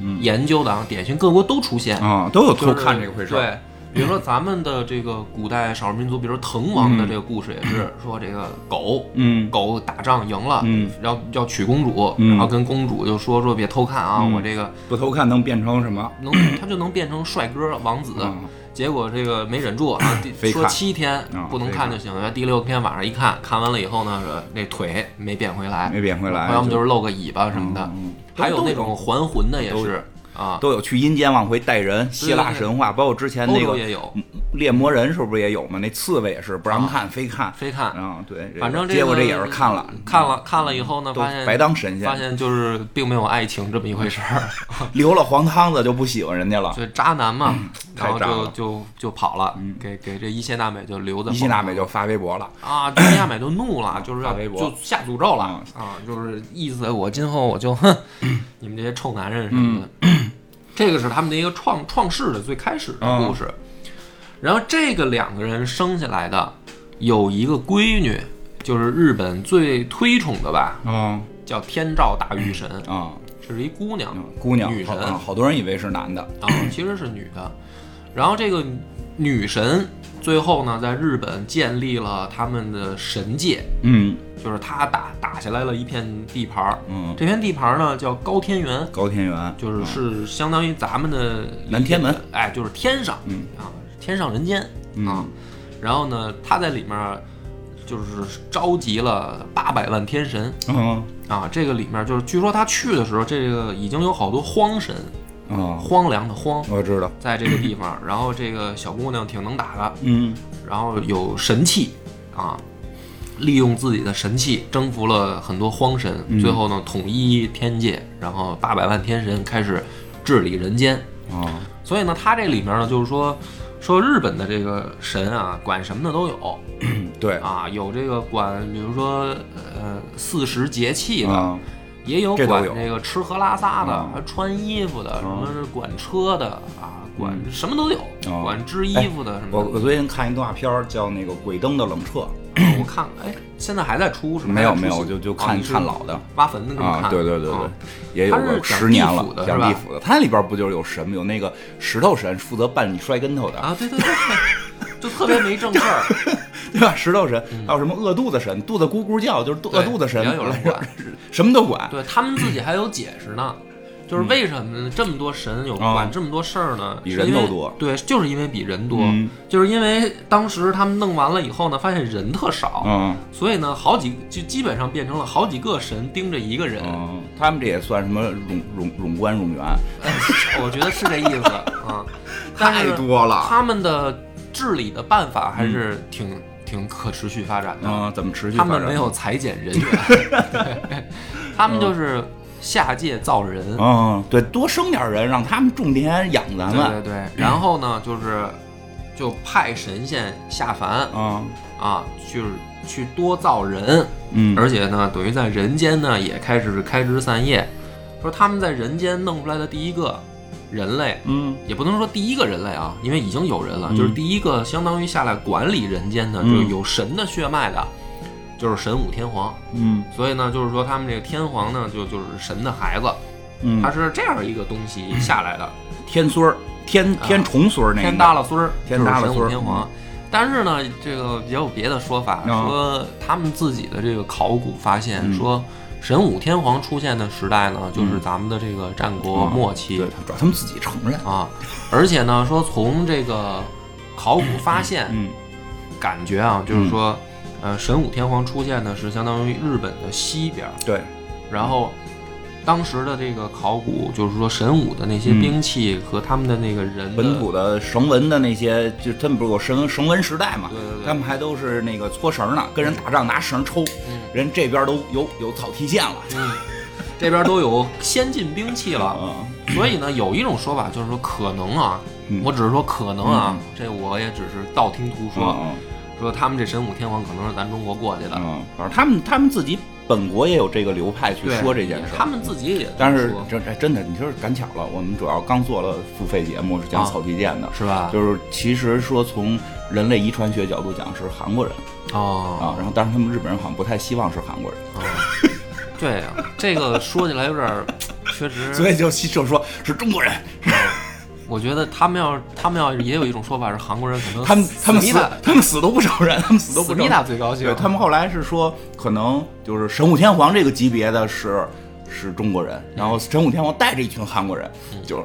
Speaker 1: 嗯
Speaker 2: 面研究的啊，典型各国都出现，
Speaker 1: 啊，都有偷
Speaker 2: 就是
Speaker 1: 看这回事儿。
Speaker 2: 对，比如说咱们的这个古代少数民族，比如说滕王的这个故事也是说这个狗。
Speaker 1: 嗯
Speaker 2: 狗打仗赢了，
Speaker 1: 嗯，
Speaker 2: 要要娶公主，
Speaker 1: 嗯
Speaker 2: 然后跟公主就说说别偷看啊，
Speaker 1: 嗯
Speaker 2: 我这个
Speaker 1: 不偷看能变成什么？
Speaker 2: 能，他就能变成帅哥王子。
Speaker 1: 嗯
Speaker 2: 结果这个没 忍住，然后第
Speaker 1: 非看
Speaker 2: 说七天
Speaker 1: 啊
Speaker 2: 不能看就行。然后第六天晚上一看，看完了以后呢，是那腿没变回来，
Speaker 1: 没变回来
Speaker 2: 要么就是露个尾巴什么的
Speaker 1: 嗯嗯。
Speaker 2: 还有那种还魂的也是啊，
Speaker 1: 都有去阴间往回带人，希腊
Speaker 2: 对对
Speaker 1: 神话，包括之前
Speaker 2: 欧
Speaker 1: 那
Speaker 2: 洲
Speaker 1: 个嗯
Speaker 2: 也有
Speaker 1: 猎魔人是不是也有嘛？那刺猬也是不
Speaker 2: 啊
Speaker 1: 让看，非看。
Speaker 2: 非看。
Speaker 1: 啊，对，这个
Speaker 2: 反正这个
Speaker 1: 结果这也是看了，
Speaker 2: 看了看了以后呢，
Speaker 1: 都
Speaker 2: 发现
Speaker 1: 白当神
Speaker 2: 发
Speaker 1: 仙，
Speaker 2: 现就是并没有爱情这么一回事 儿，
Speaker 1: 留了黄汤子就不喜欢人家了。
Speaker 2: 就渣男嘛，
Speaker 1: 嗯太
Speaker 2: 然后
Speaker 1: 渣
Speaker 2: 就
Speaker 1: 了嗯
Speaker 2: 就就跑了，给给这伊邪那美就留在
Speaker 1: 伊
Speaker 2: 后
Speaker 1: 西
Speaker 2: 面
Speaker 1: 娜美就发微博了，
Speaker 2: 啊，伊邪那美就怒了，就是要
Speaker 1: 发微博嗯
Speaker 2: 就下诅咒了啊，就是意思我今后我就 哼，你们这些臭男人什么的，
Speaker 1: 嗯
Speaker 2: 这个是他们的一个创创世的最开始的
Speaker 1: 嗯
Speaker 2: 故事。然后这个两个人生下来的有一个闺女，就是日本最推崇的吧，
Speaker 1: 嗯
Speaker 2: 叫天照大御神，
Speaker 1: 啊，
Speaker 2: 这是一姑娘
Speaker 1: 嗯姑娘
Speaker 2: 女，神
Speaker 1: 好嗯好多人以为是男的，
Speaker 2: 啊，其实是女的。然后这个女神最后呢，在日本建立了他们的神界，
Speaker 1: 嗯
Speaker 2: 就是她打打下来了一片地盘儿。
Speaker 1: 嗯，
Speaker 2: 这片地盘儿呢叫高天原，
Speaker 1: 高天原
Speaker 2: 就是是相当于咱们的
Speaker 1: 南嗯天门，
Speaker 2: 哎，就是天上，
Speaker 1: 嗯
Speaker 2: 啊，天上人间啊。然后呢，她在里面儿就是召集了八百万天神
Speaker 1: 嗯
Speaker 2: 啊，这个里面就是据说她去的时候，这个已经有好多荒神，
Speaker 1: 嗯，
Speaker 2: 荒凉的荒，
Speaker 1: 我知道，
Speaker 2: 在这个地方，然后这个小姑娘挺能打的，
Speaker 1: 嗯
Speaker 2: 然后有神器啊，利用自己的神器征服了很多荒神，最后呢统一天界，然后八百万天神开始治理人间。
Speaker 1: 啊
Speaker 2: 所以呢，它这里面呢就是说。说日本的这个神啊，管什么的都有
Speaker 1: 嗯对
Speaker 2: 啊，有这个管，比如说呃四时节气的，
Speaker 1: 啊
Speaker 2: 也有
Speaker 1: 这都
Speaker 2: 管
Speaker 1: 有嗯
Speaker 2: 这个吃喝拉撒的，还穿衣服的，什么是管车的啊，管什么都有，
Speaker 1: 哦
Speaker 2: 管织衣服的什哦
Speaker 1: 我
Speaker 2: 么的。
Speaker 1: 我最近看一动画片儿叫那个《鬼灯的冷彻
Speaker 2: 啊我看看，哎，现在还在出是》，吗？
Speaker 1: 没有
Speaker 2: 还在
Speaker 1: 没
Speaker 2: 出
Speaker 1: 有，我
Speaker 2: 新
Speaker 1: 就就
Speaker 2: 哦
Speaker 1: 看
Speaker 2: 你是
Speaker 1: 看老的
Speaker 2: 挖坟的这么
Speaker 1: 啊，
Speaker 2: 看。
Speaker 1: 对对对对
Speaker 2: 哦，
Speaker 1: 也有
Speaker 2: 它是
Speaker 1: 过
Speaker 2: 讲
Speaker 1: 十年
Speaker 2: 地
Speaker 1: 了
Speaker 2: 府的，是
Speaker 1: 讲
Speaker 2: 吧
Speaker 1: 地府的，它里边不就是有神吗？有那个石头神负责绊你摔跟头的，
Speaker 2: 啊，对对对对，就特别没正事儿。
Speaker 1: 对吧？ 石头神，还有什么饿肚子神，肚子咕咕叫，就是肚
Speaker 2: 嗯对
Speaker 1: 饿肚子神
Speaker 2: 也，有人管
Speaker 1: 什么都管。
Speaker 2: 对他们自己还有解释呢，就是为什么这么多神有
Speaker 1: 嗯啊
Speaker 2: 管这么多事儿呢？
Speaker 1: 比
Speaker 2: 是
Speaker 1: 人
Speaker 2: 因为
Speaker 1: 都多
Speaker 2: 对，就是因为比人多
Speaker 1: 嗯，
Speaker 2: 就是因为当时他们弄完了以后呢，发现人特少，
Speaker 1: 嗯
Speaker 2: 所以呢，好几就基本上变成了好几个神盯着一个人，
Speaker 1: 嗯，他们这也算什么冗冗冗官冗员，
Speaker 2: 哎我觉得是这意思 啊。但
Speaker 1: 太
Speaker 2: 是
Speaker 1: 多了。
Speaker 2: 他们的治理的办法还是挺、挺可持续发展的，
Speaker 1: 嗯，怎么嗯持续
Speaker 2: 他
Speaker 1: 发展？
Speaker 2: 们没有裁减人员， 对他们就是下界造人。
Speaker 1: 嗯，对，多生点人，让他们种田养咱
Speaker 2: 对对
Speaker 1: 们。
Speaker 2: 对，然后呢，就是就派神仙下凡
Speaker 1: 嗯
Speaker 2: 啊，就是去多造人，
Speaker 1: 嗯，
Speaker 2: 而且呢，等于在人间呢也开始开枝散叶。说他们在人间弄出来的第一个人类，
Speaker 1: 嗯
Speaker 2: 也不能说第一个人类啊，因为已经有人了，
Speaker 1: 嗯
Speaker 2: 就是第一个相当于下来管理人间的，
Speaker 1: 嗯
Speaker 2: 就是有神的血脉的，就是神武天皇。
Speaker 1: 嗯
Speaker 2: 所以呢，就是说他们这个天皇呢，就就是神的孩子，他
Speaker 1: 嗯，
Speaker 2: 是这样一个东西下来的。
Speaker 1: 天孙儿，天天重孙儿那个
Speaker 2: 啊天耷拉孙儿，
Speaker 1: 天耷拉
Speaker 2: 就是
Speaker 1: 孙
Speaker 2: 神
Speaker 1: 儿嗯
Speaker 2: 武天皇。但是呢，这个也有别的说法，
Speaker 1: 啊
Speaker 2: 说他们自己的这个考古发现，
Speaker 1: 嗯
Speaker 2: 说神武天皇出现的时代呢，就是咱们的这个战国末
Speaker 1: 嗯
Speaker 2: 期
Speaker 1: 对，他主要他们自己承认。
Speaker 2: 啊。而且呢，说从这个考古发现，
Speaker 1: 嗯
Speaker 2: 感觉啊，就是说，呃，神武天皇出现的是相当于日本的西边儿，
Speaker 1: 对，
Speaker 2: 然后。当时的这个考古，就是说神武的那些兵器和他们的那个人的
Speaker 1: 嗯本土的绳文的那些，就他们不是有绳绳文时代嘛？
Speaker 2: 对对对
Speaker 1: 他们还都是那个搓绳呢，跟人打仗拿绳抽，
Speaker 2: 嗯
Speaker 1: 人这边都有有草剃线了。
Speaker 2: 嗯，这边都有先进兵器了，
Speaker 1: 啊，
Speaker 2: 所以呢，有一种说法就是说可能啊，
Speaker 1: 嗯
Speaker 2: 我只是说可能啊，这我也只是道听途说，
Speaker 1: 嗯
Speaker 2: 说他们这神武天皇可能是咱中国过去的，
Speaker 1: 嗯，反正他们他们自己本国也有这个流派去
Speaker 2: 对，
Speaker 1: 说这件事儿。
Speaker 2: 他们自己也这么
Speaker 1: 但是
Speaker 2: 说
Speaker 1: 这这真的，你就是赶巧了。我们主要刚做了付费节目，是讲
Speaker 2: 啊
Speaker 1: 草剃剑的，
Speaker 2: 是吧？
Speaker 1: 就是其实说从人类遗传学角度讲是韩国人啊
Speaker 2: 哦，，
Speaker 1: 然后但是他们日本人好像不太希望是韩国人，
Speaker 2: 哦对啊，这个说起来有 点儿，确实，
Speaker 1: 所以就就说是中国人，
Speaker 2: 我觉得他们要他们要也有一种说法是韩国人可能
Speaker 1: 他们
Speaker 2: 思
Speaker 1: 他们
Speaker 2: 密
Speaker 1: 死
Speaker 2: 达
Speaker 1: 他们死都不承认，他们死都不
Speaker 2: 思
Speaker 1: 承
Speaker 2: 密
Speaker 1: 认
Speaker 2: 达。最高兴，
Speaker 1: 对他们后来是说，可能就是神武天皇这个级别的是是中国人，然后神武天皇带着一群韩国人，
Speaker 2: 嗯
Speaker 1: 就是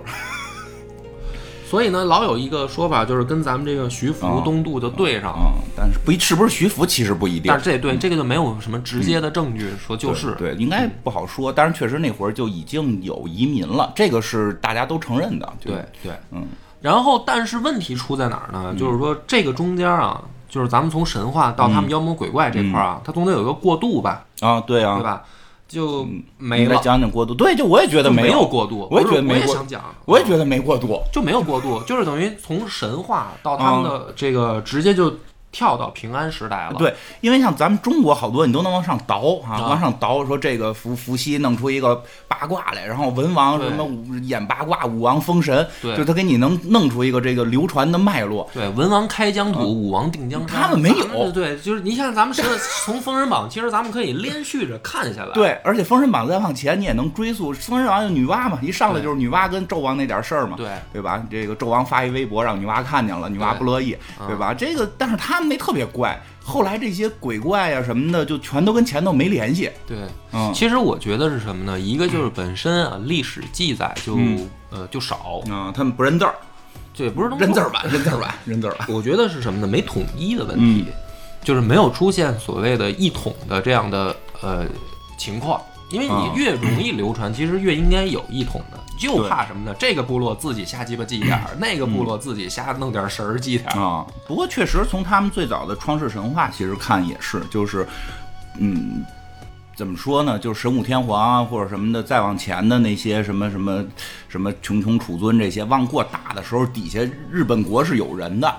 Speaker 2: 所以呢，老有一个说法就是跟咱们这个徐福
Speaker 1: 啊
Speaker 2: 东渡就对上了。
Speaker 1: 嗯，但是不一是不是徐福其实不一定
Speaker 2: 但。是这对这个就没有什么直接的证据说就是，
Speaker 1: 对，对应该不好说。但是确实那会儿就已经有移民了，这个是大家都承认的。就
Speaker 2: 对，对
Speaker 1: 嗯，
Speaker 2: 然后，但是问题出在哪儿呢？就是说这个中间啊，就是咱们从神话到他们妖魔鬼怪这块儿
Speaker 1: 嗯
Speaker 2: 啊，它总得有一个过渡吧，
Speaker 1: 啊，对啊，
Speaker 2: 对吧？就没
Speaker 1: 你再嗯
Speaker 2: 了，
Speaker 1: 讲讲过渡，对，就我也觉得
Speaker 2: 就没
Speaker 1: 有
Speaker 2: 过渡。
Speaker 1: 我也
Speaker 2: 不
Speaker 1: 觉
Speaker 2: 是
Speaker 1: 得没
Speaker 2: 我也
Speaker 1: 过
Speaker 2: 想讲，啊
Speaker 1: 我也觉得没过渡，
Speaker 2: 就没有过渡，就是等于从神话到他们的这个直接就跳到平安时代了。
Speaker 1: 嗯对，因为像咱们中国好多你都能往上倒啊，
Speaker 2: 啊
Speaker 1: 往上倒说这个伏伏羲弄出一个八卦来，然后文王
Speaker 2: 对
Speaker 1: 什么武演八卦，武王封神，
Speaker 2: 对
Speaker 1: 就他给你能弄出一个这个流传的脉络。
Speaker 2: 对，文王开疆土，武王定江山。
Speaker 1: 嗯他们没有
Speaker 2: 咱对，就是你像咱们是从《封神榜》，其实咱们可以连续着看下来。，
Speaker 1: 对，而且《封神榜》再往前，你也能追溯《封神榜》有女娲嘛，一上来
Speaker 2: 对
Speaker 1: 就是女稲跟纣王那点事儿嘛，
Speaker 2: 对
Speaker 1: 吧？这个纣王发一微博让女娲看见了，女娲
Speaker 2: 对嗯
Speaker 1: 不乐意，对吧？这个但是他们那特别怪，后来这些鬼怪呀、什么的就全都跟前头没联系，
Speaker 2: 对，
Speaker 1: 嗯
Speaker 2: 其实我觉得是什么呢？一个就是本身啊，历史记载就、
Speaker 1: 嗯
Speaker 2: 呃就少，
Speaker 1: 嗯，他们不认字儿，
Speaker 2: 对，不是那么
Speaker 1: 认字儿 吧，认字儿吧，嗯认字儿吧。
Speaker 2: 我觉得是什么呢？没统一的问题，就是没有出现所谓的一统的这样的呃情况。因为
Speaker 1: 啊
Speaker 2: 你越容易流传，其实越应该有一统的，就怕什么呢？这个部落自己瞎鸡巴记点儿，那个
Speaker 1: 嗯
Speaker 2: 部落自己瞎弄点儿神儿记点儿。
Speaker 1: 啊、不过确实从他们最早的创世神话其实看也是，就是，嗯，怎么说呢？就是神武天皇啊，或者什么的，再往前的那些什么什么什么穷穷楚尊这些，往过打的时候，底下日本国是有人的。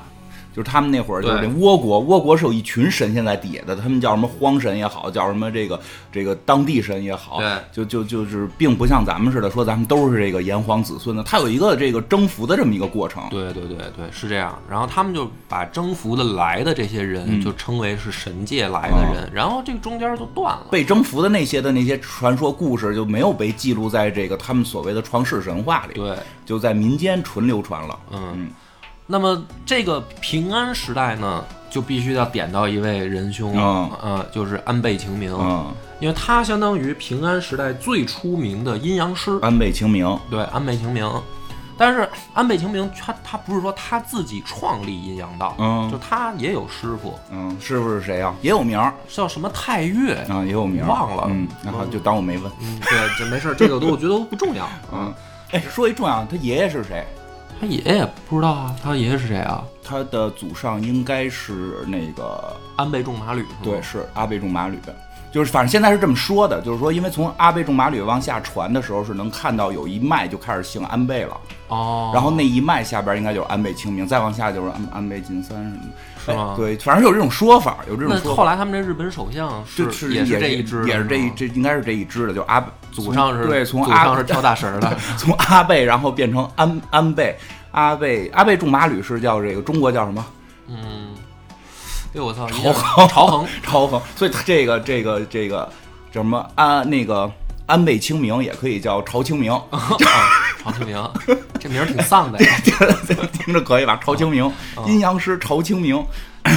Speaker 1: 就是他们那会儿，就是
Speaker 2: 对
Speaker 1: 这倭国，倭国是有一群神仙在底下的，他们叫什么荒神也好，叫什么这个这个当地神也好，
Speaker 2: 对
Speaker 1: 就就就是并不像咱们似的说咱们都是这个炎黄子孙的，他有一个这个征服的这么一个过程，
Speaker 2: 对对对对，是这样。然后他们就把征服的来的这些人，就称为是神界来的人，然后这个中间就断了。
Speaker 1: 被征服的那些的那些传说故事就没有被记录在这个他们所谓的创世神话里，
Speaker 2: 对，
Speaker 1: 就在民间纯流传了。
Speaker 2: 嗯，那么这个平安时代呢，就必须要点到一位仁兄，
Speaker 1: 嗯
Speaker 2: 呃，就是安倍晴明，
Speaker 1: 嗯，
Speaker 2: 因为他相当于平安时代最出名的阴阳师，
Speaker 1: 安倍晴明，
Speaker 2: 对，安倍晴明。但是安倍晴明他他不是说他自己创立阴阳道，
Speaker 1: 嗯
Speaker 2: 就他也有师傅，
Speaker 1: 嗯，师傅是谁呀、也有名儿
Speaker 2: 叫什么太岳，
Speaker 1: 啊，也有名儿，
Speaker 2: 忘了
Speaker 1: 嗯，然后就当我没问。
Speaker 2: 嗯，对，这没事儿，这个都我觉得都不重要。
Speaker 1: 嗯，哎，说一重要，他爷爷是谁？
Speaker 2: 他爷爷不知道啊，他爷爷是谁啊？
Speaker 1: 他的祖上应该是那个，
Speaker 2: 安倍仲麻吕是吗？
Speaker 1: 对，是阿倍仲麻吕。就是，反正现在是这么说的，就是说，因为从阿倍仲麻吕往下传的时候，是能看到有一脉就开始姓安倍了。
Speaker 2: 哦，
Speaker 1: 然后那一脉下边应该就是安倍晴明，再往下就是安安倍晋三什么的，
Speaker 2: 是吗
Speaker 1: 哎对，反正有这种说法，有这种
Speaker 2: 那
Speaker 1: 说
Speaker 2: 后
Speaker 1: 法。
Speaker 2: 来他们这日本首相
Speaker 1: 就是也
Speaker 2: 是这一支，
Speaker 1: 也是这一
Speaker 2: 吗，
Speaker 1: 这应该是这一支的，就阿
Speaker 2: 祖上是
Speaker 1: 对，从
Speaker 2: 祖
Speaker 1: 阿
Speaker 2: 上是跳大神儿的，
Speaker 1: 从阿倍，然后变成安安倍，阿倍阿倍仲麻吕是叫这个中国叫什么
Speaker 2: 嗯，哎呦我操，
Speaker 1: 朝
Speaker 2: 恒朝恒，
Speaker 1: 朝风，所以他这个这个这个叫什么安、那个安倍晴明也可以叫朝清明，
Speaker 2: 啊朝清明，这名儿挺丧的呀。
Speaker 1: 听着可以吧？朝清明，
Speaker 2: 哦
Speaker 1: 阴阳师朝清明，
Speaker 2: 对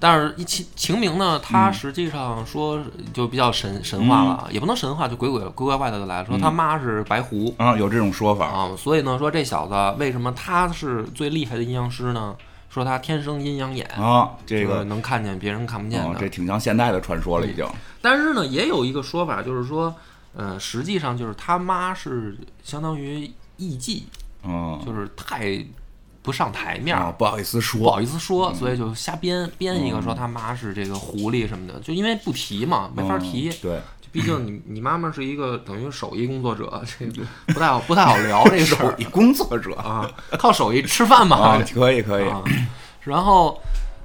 Speaker 2: 但是一秦秦明呢，
Speaker 1: 嗯
Speaker 2: 他实际上说就比较神神话了，啊也不能神话，就鬼鬼鬼怪怪的就来了，说
Speaker 1: 嗯
Speaker 2: 他妈是白狐
Speaker 1: 啊，有这种说法，
Speaker 2: 啊，所以呢，说这小子为什么他是最厉害的阴阳师呢？说他天生阴阳眼，
Speaker 1: 啊，这
Speaker 2: 就是
Speaker 1: 个
Speaker 2: 能看见别人看不见
Speaker 1: 哦，
Speaker 2: 的
Speaker 1: 这。挺像现代的传说了，已经。
Speaker 2: 但是呢，也有一个说法，就是说，呃，实际上就是他妈是相当于艺妓，
Speaker 1: 嗯，
Speaker 2: 就是太不上台面
Speaker 1: 啊
Speaker 2: 儿，，
Speaker 1: 不好意思说，
Speaker 2: 不好意思说，所以就瞎编编
Speaker 1: 嗯
Speaker 2: 一个说他妈是这个狐狸什么的，就因为不提嘛，没法提
Speaker 1: 嗯。对，
Speaker 2: 就毕竟 你你妈妈是一个等于手艺工作者，这个不太好不太好聊这个事
Speaker 1: 手
Speaker 2: 儿
Speaker 1: 艺工作者
Speaker 2: 啊，靠手艺吃饭嘛
Speaker 1: 啊，。可以可以，
Speaker 2: 啊，然后，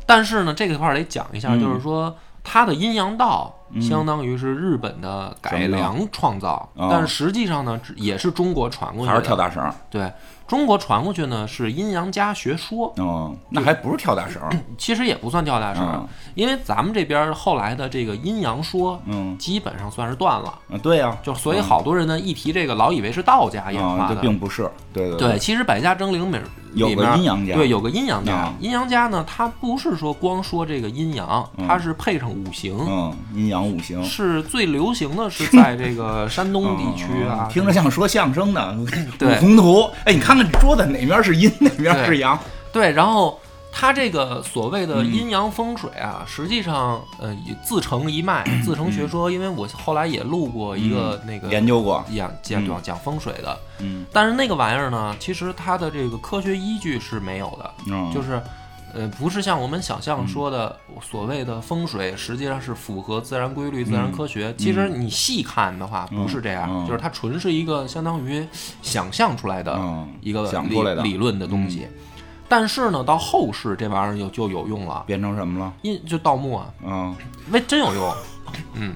Speaker 2: 但是呢，这个块儿得讲一
Speaker 1: 嗯
Speaker 2: 下，就是说它的阴阳道相当于是日本的改良创造，
Speaker 1: 嗯
Speaker 2: 但实际上呢，只也是中国传过去
Speaker 1: 还
Speaker 2: 的。
Speaker 1: 是跳大绳儿，
Speaker 2: 对，中国传过去呢是阴阳家学说，
Speaker 1: 嗯，那还不是跳大绳儿，
Speaker 2: 其实也不算吊大绳，
Speaker 1: 嗯
Speaker 2: 因为咱们这边后来的这个阴阳说，
Speaker 1: 嗯，
Speaker 2: 基本上算是断了。
Speaker 1: 啊对呀，
Speaker 2: 就所以好多人呢一提这个，老以为是道家演
Speaker 1: 啊，
Speaker 2: 化
Speaker 1: 这
Speaker 2: 的，
Speaker 1: 并不是，对对
Speaker 2: 对，，其实百家争鸣里
Speaker 1: 有
Speaker 2: 里
Speaker 1: 个
Speaker 2: 面
Speaker 1: 阴阳家
Speaker 2: 对，有个阴阳家。
Speaker 1: 啊
Speaker 2: 阴阳家呢，它不是说光说这个阴阳，它是配上五行，
Speaker 1: 嗯，阴阳五行，
Speaker 2: 是最流行的是在这个山东地区啊
Speaker 1: 嗯。听着像说相声的，
Speaker 2: 对
Speaker 1: 五宏图，哎，你看看这桌子哪边是阴，哪边是阳，
Speaker 2: 对，然后它这个所谓的
Speaker 1: 嗯
Speaker 2: 阴阳风水啊，实际上呃也自成一脉，自成学说。因为我后来也录过一个那个
Speaker 1: 嗯研究过，
Speaker 2: 讲讲讲讲风水的，
Speaker 1: 嗯
Speaker 2: 但是那个玩意儿呢，其实它的这个科学依据是没有的，
Speaker 1: 嗯，
Speaker 2: 就是。呃，不是像我们想象说的所谓的风水，实际上是符合自然规
Speaker 1: 嗯
Speaker 2: 律、自然科学。其实你细看的话，不是这样，
Speaker 1: 嗯嗯
Speaker 2: 就是它纯是一个相当于想象出来的
Speaker 1: 嗯
Speaker 2: 一个
Speaker 1: 想
Speaker 2: 理
Speaker 1: 出来的嗯
Speaker 2: 理论的东西。但是呢，到后世这玩意儿有就有用了，
Speaker 1: 变成什么了？
Speaker 2: 因就盗墓啊，
Speaker 1: 嗯，
Speaker 2: 为真有用，嗯，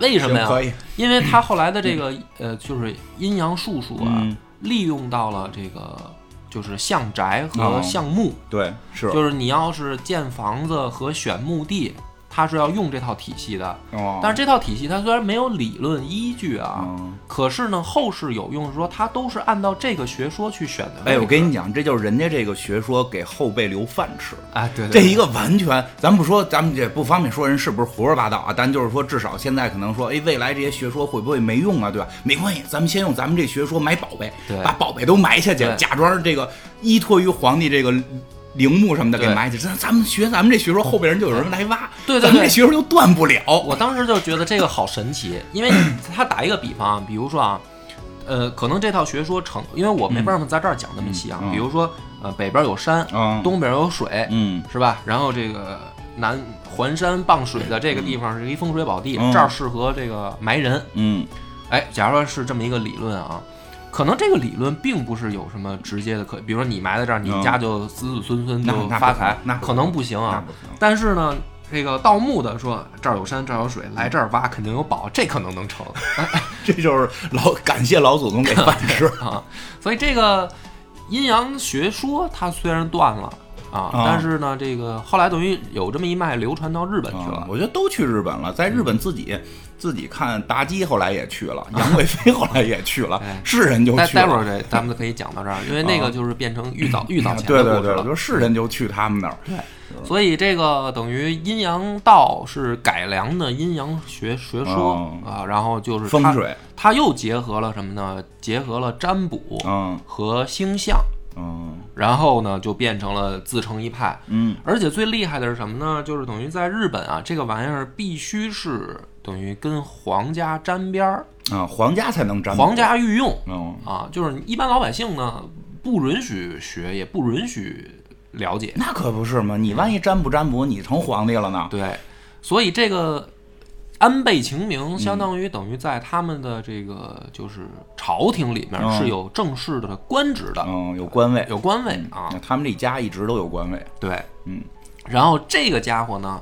Speaker 2: 为什么呀？
Speaker 1: 可以，
Speaker 2: 因为他后来的这个呃，就是阴阳术数啊，
Speaker 1: 嗯
Speaker 2: 利用到了这个就是相宅
Speaker 1: 哦
Speaker 2: 和相墓，
Speaker 1: 对，是，
Speaker 2: 就是你要是建房子和选墓地，它是要用这套体系的。
Speaker 1: 哦，
Speaker 2: 但是这套体系它虽然没有理论依据啊，
Speaker 1: 嗯
Speaker 2: 可是呢后世有用，是说它都是按照这个学说去选的位
Speaker 1: 哎，
Speaker 2: 置。
Speaker 1: 我跟你讲，这就是人家这个学说给后辈留饭吃。
Speaker 2: 哎，对
Speaker 1: 这
Speaker 2: 对
Speaker 1: 一个完全，咱不说，咱们也不方便说人是不是胡说八道啊，但就是说，至少现在可能说，哎，未来这些学说会不会没用啊，对吧？没关系，咱们先用咱们这学说买宝贝
Speaker 2: 对，
Speaker 1: 把宝贝都埋下去
Speaker 2: 对，
Speaker 1: 假装这个依托于皇帝这个陵墓什么的给
Speaker 2: 对
Speaker 1: 埋下去。咱咱们学咱们这学说，后边人就有人来挖，
Speaker 2: 对对
Speaker 1: 咱们
Speaker 2: 对
Speaker 1: 这学说就断不了。
Speaker 2: 我当时就觉得这个好神奇， 因为他打一个比方，比如说啊，呃，可能这套学说成，因为我没办法在这儿讲那么细啊，
Speaker 1: 嗯嗯
Speaker 2: 比如说呃，北边有山，
Speaker 1: 嗯
Speaker 2: 东边有水，
Speaker 1: 嗯
Speaker 2: 是吧？然后这个南环山傍水的这个地方是一风水宝地，
Speaker 1: 嗯
Speaker 2: 这儿适合这个埋人。
Speaker 1: 嗯
Speaker 2: 哎，假如说是这么一个理论啊。可能这个理论并不是有什么直接的可，比如说你埋在这儿，你
Speaker 1: 嗯
Speaker 2: 家就子子孙孙
Speaker 1: 那
Speaker 2: 就
Speaker 1: 那不
Speaker 2: 发
Speaker 1: 可
Speaker 2: 财
Speaker 1: 能，那不
Speaker 2: 可
Speaker 1: 可
Speaker 2: 能
Speaker 1: 能
Speaker 2: 不行
Speaker 1: 那
Speaker 2: 啊
Speaker 1: 不。行
Speaker 2: 但是呢，这个盗墓的说这儿有山，这儿有水，来这儿挖肯定有宝，这可能能成
Speaker 1: 这就是老感谢老祖宗给饭吃。
Speaker 2: 啊。所以这个阴阳学说它虽然断了啊，
Speaker 1: 啊
Speaker 2: 但是呢，这个后来等于有这么一脉流传到日本去
Speaker 1: 啊
Speaker 2: 了。
Speaker 1: 我觉得都去日本了，在日本自己、自己看妲己，后来也去了，杨贵妃后来也去了，
Speaker 2: 哎
Speaker 1: 是人就
Speaker 2: 待
Speaker 1: 去
Speaker 2: 待会
Speaker 1: 了。
Speaker 2: 儿这咱们可以讲到这儿，因为那
Speaker 1: 啊
Speaker 2: 个就是变成玉 藻玉藻前
Speaker 1: 对
Speaker 2: 的
Speaker 1: 对
Speaker 2: 故事
Speaker 1: 对，
Speaker 2: 了
Speaker 1: 我。就是人就去他们那儿。
Speaker 2: 所以这个等于阴阳道是改良的阴阳学学说
Speaker 1: 哦
Speaker 2: 啊，然后就是它
Speaker 1: 风，水，
Speaker 2: 它又结合了什么呢？结合了占卜
Speaker 1: 嗯
Speaker 2: 和星象，
Speaker 1: 嗯
Speaker 2: 然后呢就变成了自成一派。
Speaker 1: 嗯，
Speaker 2: 而且最厉害的是什么呢？就是等于在日本啊，这个玩意儿必须是等于跟皇家沾边儿，
Speaker 1: 啊，皇家才能占卜
Speaker 2: 皇，家御用
Speaker 1: 嗯，
Speaker 2: 啊，就是一般老百姓呢不允许学，也不允许了解。
Speaker 1: 那可不是嘛，你万一占卜占卜，你成皇帝了呢？
Speaker 2: 对，所以这个安倍
Speaker 1: 嗯
Speaker 2: 晴明相当于等于在他们的这个就是朝廷里面
Speaker 1: 嗯
Speaker 2: 是有正式的官职的，
Speaker 1: 嗯，有官位
Speaker 2: 有官位啊
Speaker 1: 啊，。他们这家一直都有官位。
Speaker 2: 对，
Speaker 1: 嗯，
Speaker 2: 然后这个家伙呢，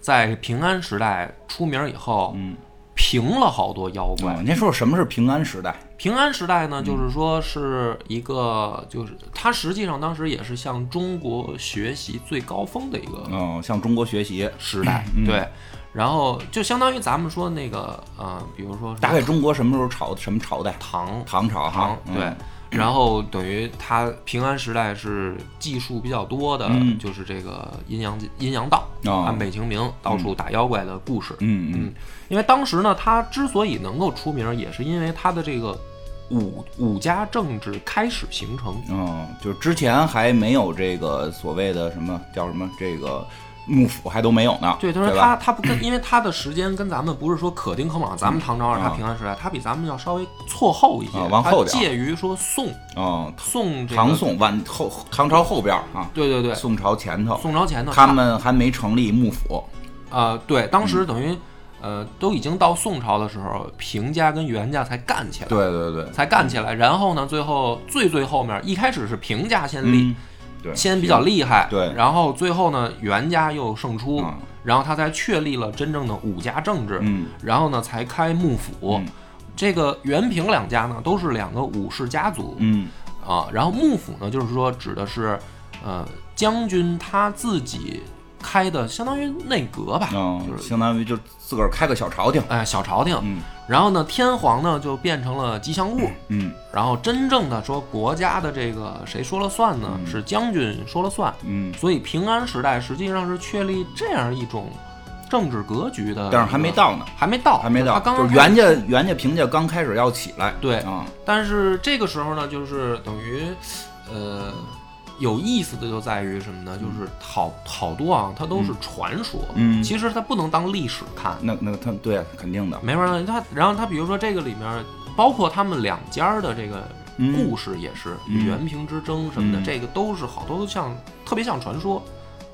Speaker 2: 在平安时代出名以后，
Speaker 1: 嗯，
Speaker 2: 平了好多妖怪。
Speaker 1: 嗯，您说什么是平安时代？
Speaker 2: 平安时代
Speaker 1: 嗯
Speaker 2: 呢，就是说是一个，就是他实际上当时也是向中国学习最高峰的一个
Speaker 1: 嗯，向中国学习，
Speaker 2: 时代，对。然后就相当于咱们说那个，呃，比如说什么
Speaker 1: 大概中国什么时候朝什么朝代？
Speaker 2: 唐
Speaker 1: 唐朝哈嗯
Speaker 2: 唐，对，然后等于他平安时代是技术比较多的，
Speaker 1: 嗯
Speaker 2: 就是这个阴阳阴阳道、
Speaker 1: 哦
Speaker 2: 安倍晴明到处打妖怪的故事。
Speaker 1: 嗯嗯
Speaker 2: 因为当时呢，他之所以能够出名，也是因为他的这个武武家政治开始形成。
Speaker 1: 嗯，就是之前还没有这个所谓的什么叫什么这个幕府还都没有呢，
Speaker 2: 对，
Speaker 1: 对
Speaker 2: 他说他
Speaker 1: 吧？
Speaker 2: 他不跟，因为他的时间跟咱们不是说可丁可卯，咱们唐朝是啊他平安时代，他比咱们要稍微错后一些，
Speaker 1: 嗯啊往后
Speaker 2: 他
Speaker 1: 点儿
Speaker 2: 介于说宋
Speaker 1: 嗯，
Speaker 2: 宋这个
Speaker 1: 唐，宋晚后唐朝后边儿啊，
Speaker 2: 对对对，
Speaker 1: 宋朝前头，
Speaker 2: 宋朝前头
Speaker 1: 他们嗯还没成立幕府，
Speaker 2: 啊，对，当时等于、呃，都已经到宋朝的时候，平家跟袁家才干起来，
Speaker 1: 对对对，
Speaker 2: 才干起来。然后呢，最后最最后面，一开始是平家先立，
Speaker 1: 嗯，对，
Speaker 2: 先比较厉害，
Speaker 1: 对
Speaker 2: 然后最后呢，袁家又胜出，
Speaker 1: 嗯
Speaker 2: 然后他才确立了真正的武家政治，
Speaker 1: 嗯
Speaker 2: 然后呢，才开幕府。
Speaker 1: 嗯
Speaker 2: 这个袁平两家呢，都是两个武士家族，
Speaker 1: 嗯
Speaker 2: 啊，然后幕府呢，就是说指的是，呃，将军他自己开的，相当于内阁吧，就
Speaker 1: 嗯，
Speaker 2: 是
Speaker 1: 相当于就自个儿开个小朝廷，
Speaker 2: 哎小朝廷。
Speaker 1: 嗯
Speaker 2: 然后呢，天皇呢就变成了吉祥物，
Speaker 1: 嗯
Speaker 2: 然后真正的说国家的这个谁说了算呢？是将军说了算。
Speaker 1: 嗯，
Speaker 2: 所以平安时代实际上是确立这样一种政治格局的，
Speaker 1: 但是还没，到呢，
Speaker 2: 还没到，
Speaker 1: 还没到，
Speaker 2: 他刚
Speaker 1: 就
Speaker 2: 刚
Speaker 1: 是
Speaker 2: 开始
Speaker 1: 袁家袁家凭借刚开始要起来，
Speaker 2: 对
Speaker 1: 啊，
Speaker 2: 但是这个时候呢，就是等于，呃，有意思的就在于什么呢？就是好好多啊，它都是传说，
Speaker 1: 嗯
Speaker 2: 其实它不能当历史看，
Speaker 1: 那那他对啊，肯定的，
Speaker 2: 没法让它。然后它比如说这个里面，包括他们两家儿的这个
Speaker 1: 嗯
Speaker 2: 故事也是
Speaker 1: 嗯
Speaker 2: 原平之争什么的，
Speaker 1: 嗯
Speaker 2: 这个都是好多都像特别像传说，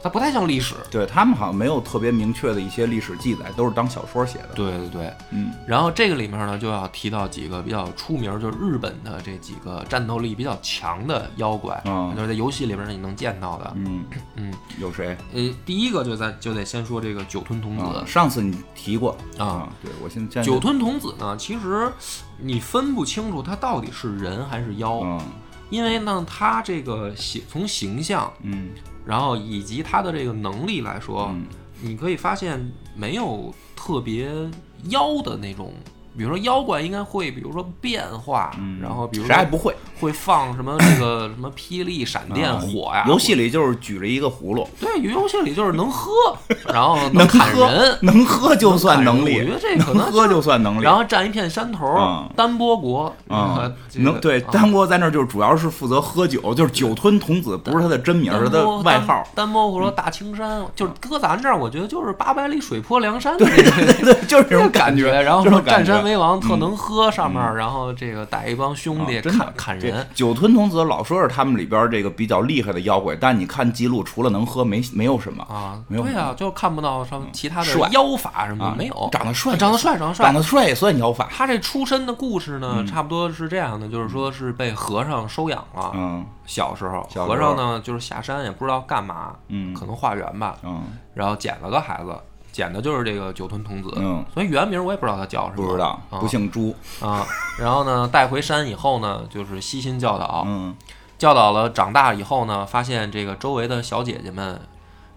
Speaker 2: 它不太像历史。
Speaker 1: 对他们好像没有特别明确的一些历史记载，都是当小说写的。
Speaker 2: 对对对，
Speaker 1: 嗯
Speaker 2: 然后这个里面呢，就要提到几个比较出名儿，就是日本的这几个战斗力比较强的妖怪，
Speaker 1: 嗯
Speaker 2: 就是在游戏里面你能见到的。
Speaker 1: 嗯
Speaker 2: 嗯，
Speaker 1: 有谁？
Speaker 2: 呃，第一个就在就得先说这个九吞童
Speaker 1: 啊
Speaker 2: 子，
Speaker 1: 上次你提过
Speaker 2: 嗯啊。，
Speaker 1: 对我现在
Speaker 2: 九吞童子呢，其实你分不清楚他到底是人还是妖，
Speaker 1: 嗯
Speaker 2: 因为呢，他这个形从形象，
Speaker 1: 嗯
Speaker 2: 然后以及他的这个能力来说，
Speaker 1: 嗯
Speaker 2: 你可以发现没有特别妖的那种。比如说妖怪应该会，比如说变化，
Speaker 1: 嗯，
Speaker 2: 然后比如
Speaker 1: 谁
Speaker 2: 说
Speaker 1: 还不会？
Speaker 2: 会放什么这 个什么霹雳、闪电、
Speaker 1: 啊
Speaker 2: 火呀、
Speaker 1: 游戏里就是举了一个葫芦，
Speaker 2: 对游戏里就是能 喝，然后
Speaker 1: 能
Speaker 2: 砍
Speaker 1: 喝
Speaker 2: 人，
Speaker 1: 能喝就算
Speaker 2: 砍人
Speaker 1: 能
Speaker 2: 我
Speaker 1: 力
Speaker 2: 觉，得这可
Speaker 1: 能
Speaker 2: 能
Speaker 1: 喝就算能力。
Speaker 2: 然后占一片山头，
Speaker 1: 嗯
Speaker 2: 丹波国
Speaker 1: 啊
Speaker 2: 呃，这个
Speaker 1: 能对，
Speaker 2: 啊
Speaker 1: 丹波在那儿就是主要是负责喝酒，就是酒吞童子，不是他的真名，
Speaker 2: 丹
Speaker 1: 是他的
Speaker 2: 波
Speaker 1: 外号。
Speaker 2: 丹丹波国大青山，就是搁咱这儿，我觉得就是八百里水泊梁山的那个
Speaker 1: 嗯对，就是这
Speaker 2: 那
Speaker 1: 种
Speaker 2: 个感
Speaker 1: 觉。
Speaker 2: 然后
Speaker 1: 这
Speaker 2: 说
Speaker 1: 种 感
Speaker 2: 占
Speaker 1: 觉嗯
Speaker 2: 山为王，特能喝，上面然后这个带一帮兄弟
Speaker 1: 啊真的
Speaker 2: 砍砍
Speaker 1: 这
Speaker 2: 人，
Speaker 1: 酒吞童子老说是他们里边这个比较厉害的妖怪，但你看记录，除了能喝，没没有什么
Speaker 2: 啊，
Speaker 1: 没有嗯
Speaker 2: 对啊，就看不到什么其他的
Speaker 1: 帅
Speaker 2: 妖法什么
Speaker 1: 啊
Speaker 2: 的，没有，
Speaker 1: 长得帅
Speaker 2: 长得帅，长得帅
Speaker 1: 长，得帅也算妖法。
Speaker 2: 他这出身的故事呢，
Speaker 1: 嗯
Speaker 2: 差不多是这样的，就是说是被和尚收养了。
Speaker 1: 嗯
Speaker 2: 小时候，
Speaker 1: 小时候
Speaker 2: 和尚呢就是下山也不知道干嘛，
Speaker 1: 嗯
Speaker 2: 可能化缘吧，
Speaker 1: 嗯，
Speaker 2: 然后捡了个孩子，捡的就是这个九吞童子。
Speaker 1: 嗯
Speaker 2: 所以原名我也不知道他叫什么，
Speaker 1: 不知道，
Speaker 2: 啊
Speaker 1: 不姓朱。
Speaker 2: 啊。然后呢，带回山以后呢，就是悉心教导，
Speaker 1: 嗯
Speaker 2: 教导了长大以后呢，发现这个周围的小姐姐们